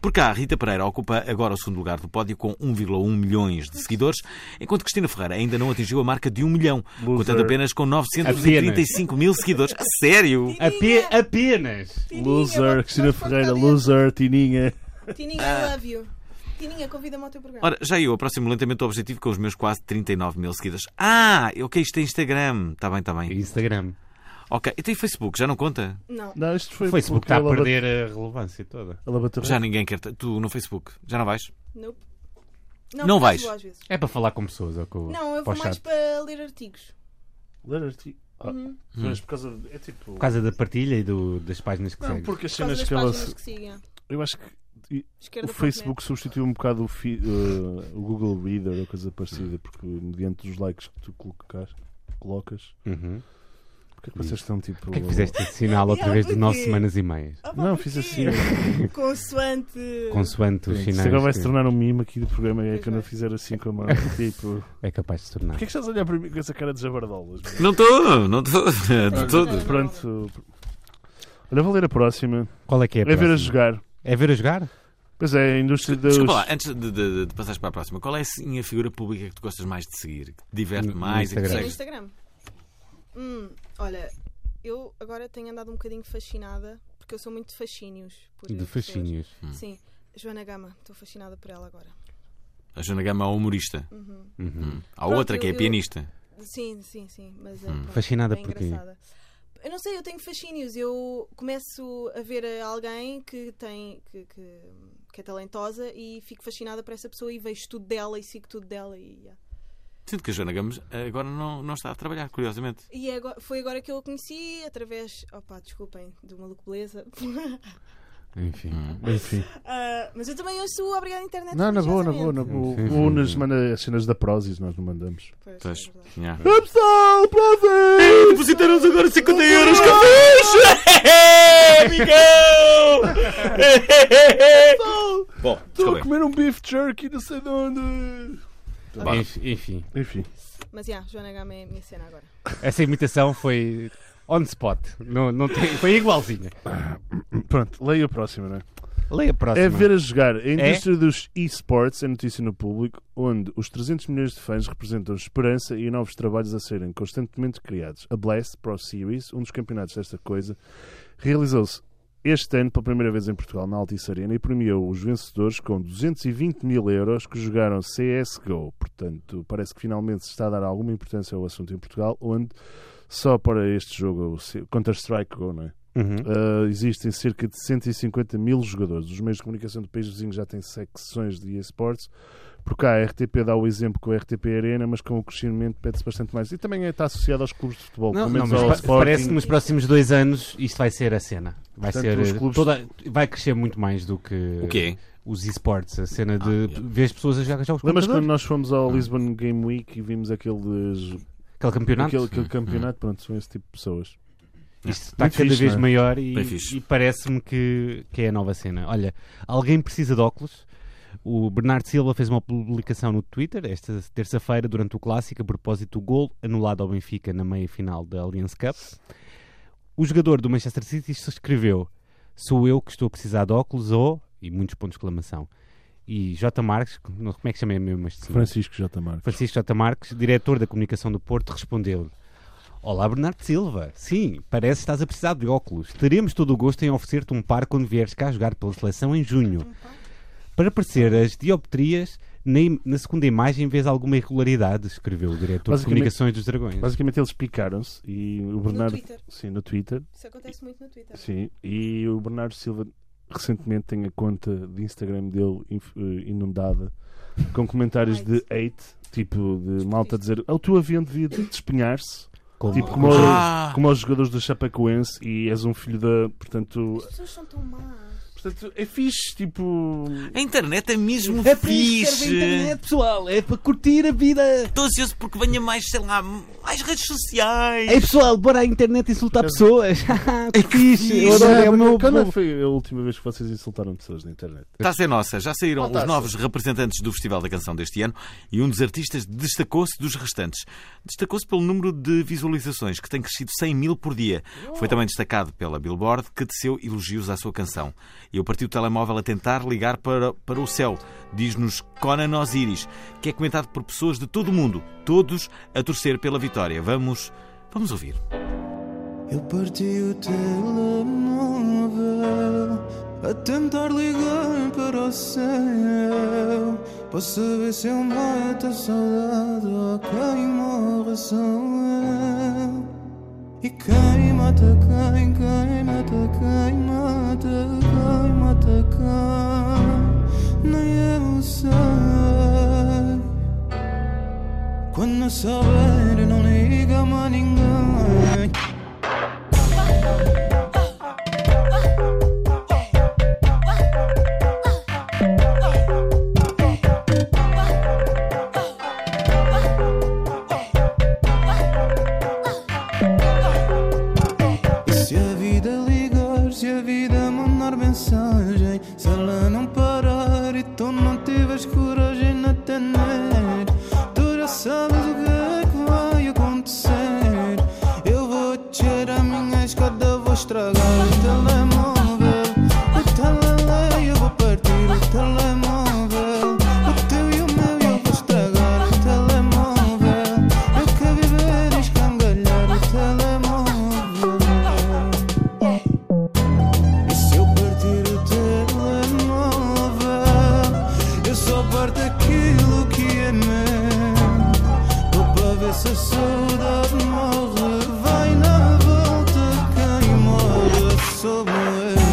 S1: Por cá, Rita Pereira ocupa agora o segundo lugar do pódio com 1,1 milhões de seguidores, enquanto Cristina Ferreira ainda não atingiu a marca de 1 milhão,
S3: Loser.
S1: contando apenas com 935 mil seguidores. A sério!
S2: Ape-
S5: é.
S2: apenas.
S5: Tininha, bota-
S3: Loser, Cristina
S5: bota- bota
S3: Ferreira,
S5: ali.
S3: loser, Tininha.
S5: Tininha, I love you. Tininha, convida-me ao teu programa.
S1: Ah. Ora, já eu aproximo lentamente o objetivo com os meus quase 39 mil seguidores. Ah, ok, isto é Instagram. Está bem, está bem.
S2: Instagram.
S1: Ok, e tem Facebook, já não conta?
S5: Não.
S3: Não, isto foi
S2: O Facebook
S3: porque
S2: está a
S3: ela bate-
S2: perder a relevância toda.
S3: Ela bateu
S1: Já ninguém quer. Tu no Facebook, já não vais?
S5: Nope.
S1: Não
S5: porque
S1: vais.
S5: eu vou às vezes.
S2: É para falar com pessoas ou com
S5: Não, eu
S2: Tipo, para
S5: vou
S2: o
S5: mais
S2: chat.
S5: para ler artigos.
S3: Ler
S5: Uhum.
S3: artigo. Ah,
S5: Hum.
S3: Mas por causa de. É tipo.
S2: Por causa da partilha e do- das páginas que
S3: Não,
S2: segues.
S3: porque as
S5: Por causa
S3: cenas
S5: das
S3: que ela.
S5: páginas que sigam.
S3: Eu acho que
S5: Esquerda
S3: o Facebook substituiu um bocado o, fi- eh, o Google Reader ou coisa parecida, porque mediante os likes que tu colocar, colocas.
S2: Uhum.
S3: Porquê que vocês estão tipo.
S2: O que é que fizeste esse sinal outra
S5: Ah,
S2: vez de
S5: porquê?
S2: 9 semanas e meias?
S3: Não, fiz assim.
S5: Ah, Consoante.
S2: Consoante os
S3: Isto
S2: sinais.
S3: agora vai
S2: que-
S3: se tornar um mimo aqui do programa. É
S5: Pois
S3: que eu não
S5: vai.
S3: fizer assim com a mão. Tipo.
S2: É capaz de se tornar.
S3: Porquê que estás a olhar para mim com essa cara de jabardolas? meu?
S1: Não estou, não estou, de todo.
S3: Pronto. Olha, vou ler a próxima.
S2: Qual é que é a
S3: É ver a
S2: próxima?
S3: jogar.
S2: É ver a jogar?
S3: Pois é, a indústria dos.
S1: Desculpa lá, antes de, de, de passares para a próxima, qual é assim, a figura pública que tu gostas mais de seguir? Que te diverte
S2: No- no
S1: mais e que
S5: Sim, no
S2: Instagram.
S1: segues?
S5: Instagram. Hum, olha, eu agora tenho andado um bocadinho fascinada, porque eu sou muito de fascínios. por
S2: De
S5: pessoas.
S2: fascínios.
S5: Sim. Joana Gama, estou fascinada por ela agora. Uhum.
S1: A Joana Gama é uma humorista.
S2: Uhum.
S1: Hum. Há
S5: Pronto,
S1: outra que é
S5: eu- eu-
S1: pianista.
S5: Sim, sim, sim. Mas é, pronto,
S2: Hum, Fascinada
S5: é
S2: por quê?
S5: engraçada. Eu não sei, eu tenho fascínios. Eu começo a ver eh, alguém que tem que, que, que é talentosa e fico fascinada por essa pessoa e vejo tudo dela e sigo tudo dela e yeah.
S1: Sinto que a Joana Gama eh, agora não, não está a trabalhar, curiosamente.
S5: E é agora- foi agora que eu a conheci através, opá, desculpem, do Maluco Beleza.
S2: Enfim.
S1: Hum.
S3: Enfim.
S5: Ah, mas eu também ouço o Obrigado Internet.
S3: Não, na boa, na boa,
S5: religiosamente.
S3: na boa.
S2: Sim, sim,
S3: O
S2: sim.
S3: Unas manda as cenas da Prozis, nós não mandamos.
S5: Pois, é
S1: Pois.
S5: verdade.
S1: Yeah.
S3: Ah, pessoal, Prozis!
S1: Depositaram-nos agora 50 euros que fixe! Amigão! Bom,
S3: Estou
S1: desculpa.
S3: a comer um beef jerky, não sei de onde.
S1: Bora.
S2: Enf- Enfim.
S3: Enfim,
S5: Mas já, Joana Gama é a minha cena agora.
S2: Essa imitação foi on spot. Não, não tem- Foi igualzinha.
S3: pronto, leia a próxima, não é?
S2: Leia a próxima.
S3: É ver a jogar. A indústria dos esports é notícia no público, onde os 300 milhões de fãs representam esperança e novos trabalhos a serem constantemente criados. A Blast Pro Series, um dos campeonatos desta coisa, realizou-se este ano pela primeira vez em Portugal, na Altice Arena, e premiou os vencedores com 220 mil euros que jogaram CSGO. Portanto, parece que finalmente se está a dar alguma importância ao assunto em Portugal, onde só para este jogo, o Counter-Strike Go, não é?
S2: Uhum.
S3: Uh, existem cerca de 150 mil jogadores. Os meios de comunicação do país vizinho já têm secções de esportes. Por cá, a RTP dá o exemplo com a RTP Arena, mas com o crescimento pede-se bastante mais. E também está associado aos clubes de futebol,
S2: Não,
S3: pelo
S2: não,
S3: menos
S2: mas
S3: ao
S2: pa-
S3: Sporting.
S2: parece que nos próximos dois anos isto vai ser a cena. Vai
S3: Portanto,
S2: ser.
S3: os
S2: eh,
S3: clubes-
S2: toda- vai crescer muito mais do que
S1: O quê?
S2: os esportes. A cena de
S1: Ah, yeah.
S2: ver as pessoas a jogar jogos com
S3: Lembras quando
S2: computador?
S3: nós fomos ao Lisbon Game Week e vimos aqueles,
S2: Aquele campeonato.
S3: aquele, aquele campeonato? Pronto, são esse tipo de pessoas.
S2: Isto está
S3: Muito
S2: cada
S3: fixe,
S2: vez
S3: não é?
S2: maior
S1: Bem
S2: e,
S1: fixe.
S2: e parece-me que, que é a nova cena. Olha, alguém precisa de óculos. O Bernardo Silva fez uma publicação no Twitter esta terça-feira durante o clássico a propósito do gol anulado ao Benfica na meia-final da Allianz Cup. O jogador do Manchester City escreveu: Sou eu que estou a precisar de óculos ou. e muitos pontos de exclamação. E J. Marques, não- como é que chamei mesmo este senhor?
S3: Francisco J. Marques.
S2: Francisco J. Marques, diretor da comunicação do Porto, respondeu-lhe: Olá, Bernardo Silva. Sim, parece que estás a precisar de óculos. Teremos todo o gosto em oferecer-te um par quando vieres cá jogar pela seleção em junho. Para aparecer as dioptrias na, im- na segunda imagem, vês alguma irregularidade, escreveu o diretor de
S3: Basicamente-
S2: comunicações dos Dragões.
S3: Basicamente eles picaram-se e o Bernardo...
S5: Twitter.
S3: Sim, no Twitter.
S5: Isso acontece muito no Twitter.
S3: Sim, e o Bernardo Silva recentemente tem a conta de Instagram dele inf- eh, inundada com comentários de hate, tipo de malta a dizer "Ah, o teu avião devia de despenhar-se,
S2: Com-
S3: tipo como, o-
S1: Ah!
S3: como aos jogadores do Chapecoense e és um filho da. Portanto,
S5: As pessoas são tão más.
S3: Portanto, é fixe, tipo.
S1: A internet é mesmo
S7: É para isso que serve a
S1: fixe.
S7: internet, pessoal. É para curtir a vida.
S1: Estou ansioso porque venha mais, sei lá, mais redes sociais.
S7: Ei, pessoal, bora à internet insultar pessoas. que fixe. Eu
S3: Quando
S7: adoro, é o meu...
S3: quando
S7: meu-
S3: foi a última vez que vocês insultaram pessoas na internet?
S1: Está a ser é nossa. Já saíram
S3: Oh, tá
S1: os
S3: a ser.
S1: novos representantes do Festival da Canção deste ano e um dos artistas destacou-se dos restantes. Destacou-se pelo número de visualizações, que tem crescido 100 mil por dia. Foi também destacado pela Billboard, que teceu elogios à sua canção. Eu parti o telemóvel a tentar ligar para, para o céu, diz-nos Conan Osiris, que é comentado por pessoas de todo o mundo, todos a torcer pela vitória. Vamos, vamos ouvir.
S8: Eu parti o telemóvel a tentar ligar para o céu para saber se eu mato a saudade ou quem morre sou eu. E quem mata quem, quem mata quem, mata quem, mata quem, nem eu sei. Quando souber, não liga mais ninguém. Se a vida ligar, se a vida mandar mensagem, se ela não parar e tu não tiveres coragem na atender, tu já sabes o que é que vai acontecer. Eu vou tirar a minha escada, vou estragar o telemóvel. O telemóvel, eu vou partir o telemóvel. O teu e o meu, eu vou estragar o telemóvel. Eu quero viver e escangalhar o telemóvel. E se eu partir o telemóvel, eu só parto aquilo que é meu. Vou para ver se a saudade morre. Vai na volta, quem morre sou eu.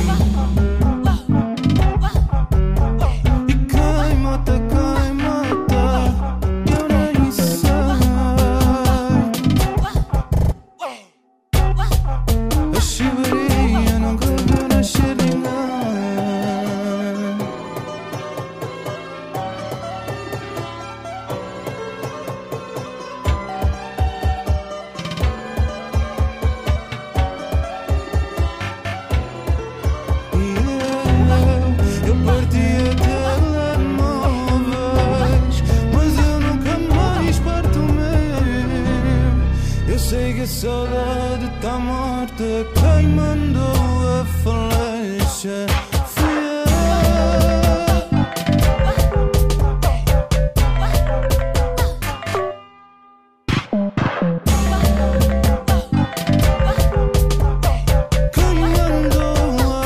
S8: E quem mata, quem mata, eu nem sei. A chibaria nunca viu nascer ninguém. E eu partia telemóveis, mas eu nunca mais parto o meu. Eu sei que a saudade está morta, quem mandou a flecha fui eu. Quem mandou a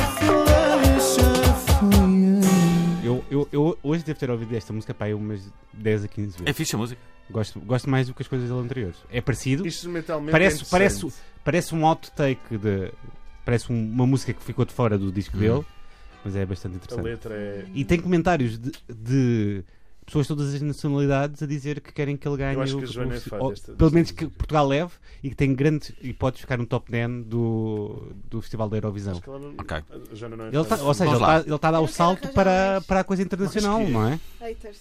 S8: flecha fui eu.
S2: Eu, eu, eu hoje devo ter ouvido esta música para aí umas 10 a 15
S1: É
S2: vezes.
S1: fixe a música.
S2: Gosto, gosto mais do que as coisas dele anteriores. É parecido.
S3: Instrumentalmente.
S2: Parece,
S3: é
S2: parece,
S3: interessante.
S2: parece um outtake de. Parece um- uma música que ficou de fora do
S3: Uhum.
S2: disco dele, mas é bastante
S3: A
S2: interessante.
S3: letra é.
S2: E tem comentários de, de pessoas de todas as nacionalidades a dizer que querem que ele ganhe
S3: Eu acho
S2: o-
S3: que a Joana
S2: o-
S3: é fã
S2: ou,
S3: desta-
S2: pelo menos
S3: desta
S2: que
S3: música.
S2: Portugal leve e que tem grandes e pode ficar no top 10 do, do Festival da Eurovisão.
S3: Acho que ela não-
S1: Ok.
S3: a Joana não é
S2: Ele
S3: fã
S2: tá- ou seja,
S1: Vamos
S2: ele
S1: lá.
S2: está a dar o
S5: Eu quero
S2: salto
S5: arranjar
S2: para,
S5: mais.
S2: para a coisa internacional,
S3: Mas que-
S2: não é?
S5: Haters.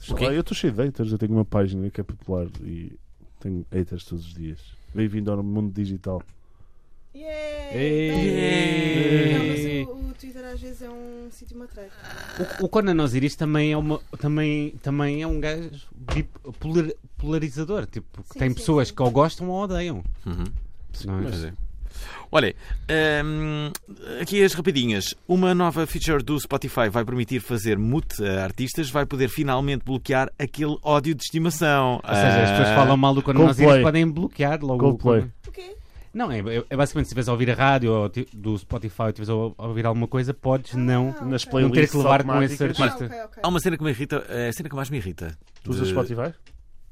S3: Sei lá, eu estou cheio de haters, eu tenho uma página que é popular e tenho haters todos os dias. Bem-vindo ao mundo digital.
S2: Ei.
S5: Não, mas o, o Twitter às vezes é um sítio matreiro.
S2: O, o Conan Osiris também é, uma, também, também é um gajo bipolar- polarizador, tipo, que
S5: Sim,
S2: tem
S5: sim,
S2: pessoas
S5: sim.
S2: que ou gostam ou odeiam.
S1: Uhum.
S2: Não é?
S1: Pois é. Olha, hum, aqui as rapidinhas. Uma nova feature do Spotify vai permitir fazer mute a artistas, vai poder finalmente bloquear aquele ódio de estimação. Ah.
S2: Ou seja, as pessoas falam mal do Conan
S3: Coldplay.
S2: Osiris podem bloquear logo o
S3: Coldplay.
S2: Conan.
S5: O quê?
S2: Não, é, é- é basicamente se estiveres a ouvir a rádio ou ti- do Spotify ou estiveres a ou- a ouvir alguma coisa, podes não.
S5: Ah,
S3: Nas
S5: ok.
S2: Não ter
S3: playlists
S2: que levar com
S3: automáticas.
S2: esse
S5: Ah,
S2: artista.
S5: ok, ok.
S1: Há uma cena que me irrita, é a cena que mais me irrita.
S3: Tu usas
S1: De-
S3: Spotify?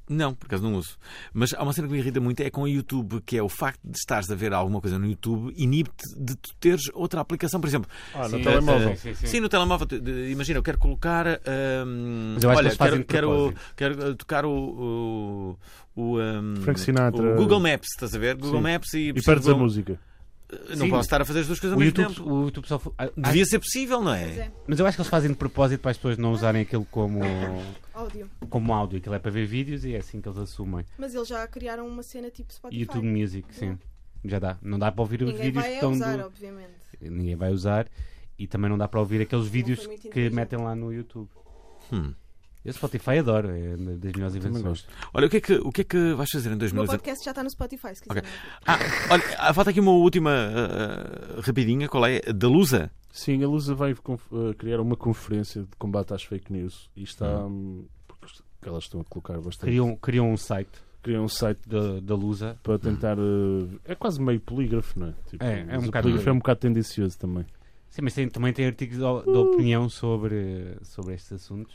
S1: Não, por acaso não uso. Mas há uma cena que me irrita muito, é com o YouTube, que é o facto de estares a ver alguma coisa no YouTube, inibe-te de tu teres outra aplicação. Por exemplo,
S3: Ah, no
S2: Sim,
S3: telemóvel.
S2: sim,
S1: Sim,
S2: sim.
S1: no telemóvel. tu- de- Imagina, eu quero colocar. hum,
S2: Mas eu acho que
S1: olha,
S2: eles fazem de
S1: quero,
S2: propósito.
S1: quero, quero, uh, tocar o. o, o, hum,
S3: Frank Sinatra.
S1: o Google Maps, estás a ver? Google
S3: Sim.
S1: Maps e.
S3: E perdes a
S1: precisam-
S3: música.
S1: Não
S2: Sim.
S1: posso estar a fazer as duas coisas ao
S2: O
S1: mesmo
S2: YouTube,
S1: tempo.
S2: o YouTube só. fo- ah,
S1: Devia ser possível, não é?
S5: é,
S2: ah, Mas eu acho que eles fazem de propósito para as pessoas não usarem aquilo como,
S1: um-
S5: ódio.
S2: como áudio. Aquilo é para ver vídeos e é assim que eles assumem.
S5: Mas eles já criaram uma cena tipo Spotify.
S2: YouTube Music, sim. Já dá. Não dá para ouvir os
S5: Ninguém
S2: vídeos que
S5: vai
S2: estão.
S5: usar,
S2: do-
S5: obviamente.
S2: Ninguém vai usar. E também não dá para ouvir aqueles vídeos
S5: foi muito
S2: que
S5: inteligente.
S2: metem lá no YouTube.
S1: Hum.
S2: Eu Spotify adoro, é uma das melhores invenções.
S1: Olha, o que é que, o que, é que vais fazer em
S5: O meu
S1: 2018?
S5: podcast já está no Spotify, se quiser.
S1: Ok. Ah, olha, ah, falta aqui uma última ah, ah, rapidinha, qual é? Da Lusa.
S3: Sim, a Lusa vai conf- eh, criar uma conferência de combate às fake news e está. hum, porque elas estão a colocar bastante.
S2: Criam, criam um site
S3: criam um site
S2: da, da Lusa.
S3: para tentar. eh, é quase meio polígrafo, não é? Tipo,
S2: É, é um
S3: mas o
S2: bocado
S3: polígrafo é
S2: meio.
S3: um bocado tendencioso também.
S2: Sim, mas tem- também tem artigos de, de
S5: Uh.
S2: opinião sobre, sobre estes assuntos.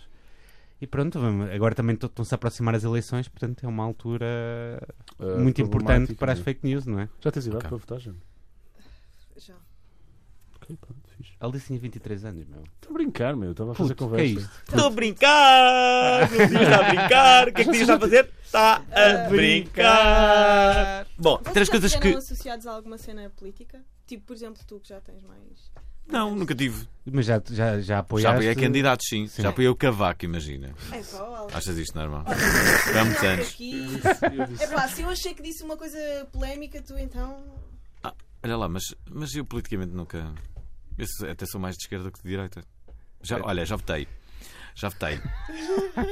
S2: E pronto, vamos- agora também to- estão-se a aproximar as eleições, portanto é uma altura
S3: Eh,
S2: muito importante
S3: problemática,
S2: para as
S3: não é?
S2: fake news, não é?
S3: Já tens idade
S1: Ok.
S3: para votar, Jana?
S5: Já.
S3: Ok, pronto, fixe.
S2: Ele disse que tinha 23 anos, meu.
S3: Estou a brincar, meu. Estava a
S2: Puto,
S3: fazer
S2: que é
S3: conversa.
S2: isto?
S1: Estou a brincar! O Diogo está a brincar! O que é que o Diogo está a fazer? Está a brincar! Bom,
S5: Ah, Vocês
S1: três
S5: já
S1: coisas
S5: tiveram
S1: que.
S5: associados a alguma cena política? Tipo, por exemplo, tu que já tens mais.
S1: Não, nunca tive.
S2: Mas já, já, já
S1: Já
S2: apoiaste...
S1: apoiei candidatos, sim. Já apoiei o Cavaco, imagina.
S5: É pá, ó, Alex.
S1: Achas isto normal? Há muitos anos.
S5: É pá, se eu achei que disse uma coisa polémica, tu então.
S1: Olha lá, mas, mas eu politicamente nunca. Eu sou- até sou mais de esquerda que de direita. Já, olha, já votei. Já votei.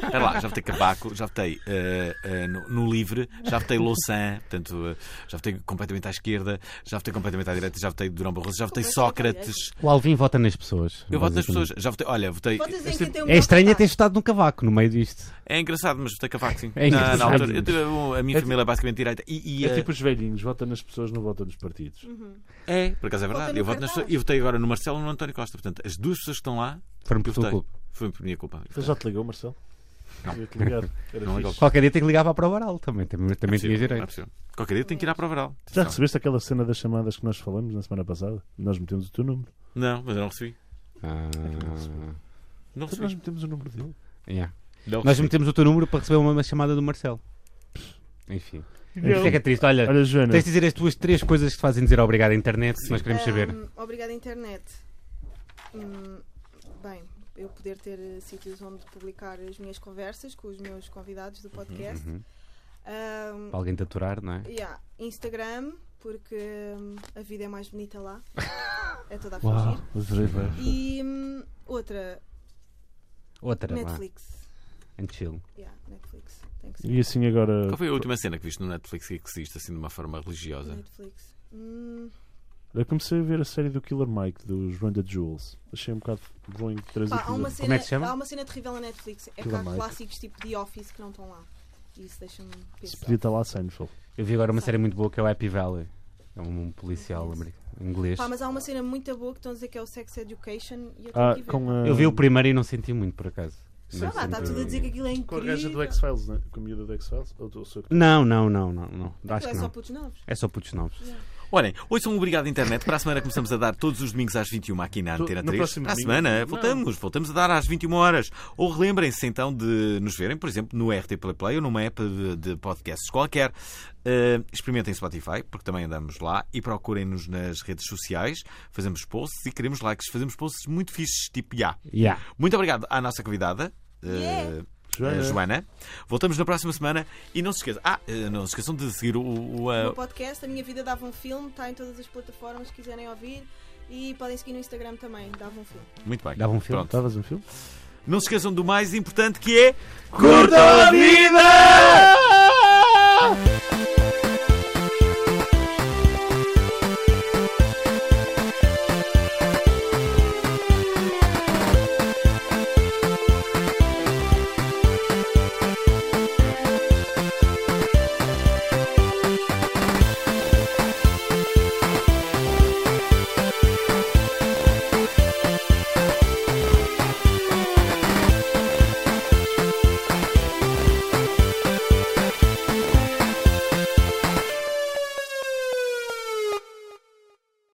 S1: Olha lá, já votei Cabaco, já votei eh, eh, no, no Livre, já votei Louçã, portanto, eh, já votei completamente à esquerda, já votei completamente à direita, já votei Durão Barroso, já votei Sócrates.
S2: O Alvin vota nas pessoas.
S1: Eu voto nas
S2: basicamente.
S1: pessoas. Já votei, olha, votei.
S5: Votas em quem tem o
S2: É
S5: melhor
S2: estranho é
S5: resultado.
S2: ter votado no cavaco no meio disto.
S1: É engraçado, mas votei Cavaco, sim.
S2: É
S1: Na- na,
S2: engraçado,
S1: altura, eu
S2: mas-
S1: tive- a minha
S3: É
S1: família é basicamente direita. E, e,
S3: É
S1: eh,
S3: tipo os velhinhos, vota nas pessoas, não vota nos partidos.
S1: é, por acaso é verdade.
S5: Vota no
S1: Eu voto nas pessoas.
S5: cartaz.
S1: E votei agora no Marcelo e no António Costa. Portanto, as duas pessoas que estão lá,
S2: Foram
S1: eu
S2: por
S1: votei.
S2: seu clube.
S1: Foi por minha culpa.
S3: Você já te ligou, Marcelo?
S1: Não.
S3: Ia-te ligar. Era
S1: Não
S3: fixe.
S1: ligou.
S2: Qualquer dia tem que ligar para a prova oral também. Também, também
S1: possível,
S2: tinha
S1: não é
S2: direito.
S1: possível. Qualquer dia tem que ir à prova oral.
S3: Já Ah, recebeste aquela cena das chamadas que nós falamos na semana passada? Nós metemos o teu número.
S1: Não, mas eu não recebi. É
S2: Ah,
S1: Não
S3: Então nós
S1: recebi.
S3: metemos o número dele.
S1: É
S2: yeah.
S1: Não
S2: Nós
S1: recebi.
S2: metemos o teu número para receber uma chamada do Marcelo. Enfim. Isso é que é triste. Olha,
S3: Olha, Joana,
S2: tens de dizer as tuas três coisas que te fazem dizer obrigado à internet. que Nós queremos saber.
S5: Ahm, obrigada, internet. Hum, bem, eu poder ter eh, sítios onde publicar as minhas conversas com os meus convidados do podcast.
S2: Uhum.
S5: Ahm,
S2: Para alguém te aturar, não é?
S5: yeah, Instagram, porque hum, a vida é mais bonita lá. É toda a
S3: Uau,
S5: fugir.
S3: adorei, vai.
S5: E hum, outra,
S2: Outra lá.
S5: Netflix.
S2: And chill.
S5: Yeah, Netflix. Tem que ser.
S3: E assim agora.
S1: Qual foi a última cena que viste no Netflix que existe assim de uma forma religiosa?
S5: Netflix. Hum,
S3: Eu comecei a ver a série do Killer Mike, do Joana Jules. Achei um bocado ruim de trazer
S5: pá, há,
S3: aquilo.
S5: uma
S2: Como
S5: cena,
S2: é que se chama?
S5: há uma cena terrível na Netflix. É que
S3: Killer
S5: há
S3: Mike.
S5: clássicos tipo The Office que não estão lá. E isso deixa-me
S3: Se
S5: pensar.
S3: podia estar lá Seinfeld.
S2: Eu vi agora uma série muito boa que é o Happy Valley. É um policial americano, inglês.
S5: Pá, mas há uma cena muito boa que estão a dizer que é o Sex Education e eu tenho
S3: Ah,
S5: que ir ver.
S3: com a.
S2: Eu vi o primeiro e não senti muito, por acaso.
S5: Sei lá, está tudo a dizer que aquilo é
S3: Com a gaja do
S5: incrível.
S3: X-Files, né? Com a miúda do X-Files? Ou do- sou-
S2: Não, não, não, não, não. Acho
S5: Aquilo é
S2: que
S5: só
S2: não.
S5: putos novos.
S2: É só putos novos.
S1: Olhem, hoje um obrigado à internet. Para a semana começamos a dar todos os domingos às 21 aqui na
S3: No-
S1: Antena
S3: no
S1: 3.
S3: próximo
S1: Para a
S3: domingo?
S1: semana
S3: Não.
S1: voltamos, voltamos a dar às 21 horas. Ou relembrem-se então de nos verem, por exemplo, no RT Play Play ou numa app de, de podcasts qualquer. Eh, experimentem Spotify, porque também andamos lá e procurem-nos nas redes sociais. Fazemos posts e queremos likes. Fazemos posts muito fixes, tipo ya.
S2: Yeah.
S1: Muito obrigado à nossa convidada. eh,
S3: Joana.
S1: eh, Joana, voltamos na próxima semana e não se esqueçam, ah, eh, não se esqueçam de seguir o, o,
S5: O
S3: Ah,
S1: eh,
S5: meu podcast, A Minha Vida Dava um Filme, está em todas as plataformas se quiserem ouvir. E podem seguir no Instagram também, Dava um Filme.
S1: muito bem.
S2: Dava um filme.
S1: Pronto.
S3: Estavas no filme?
S1: Não se esqueçam do mais importante que é. Curta a vida!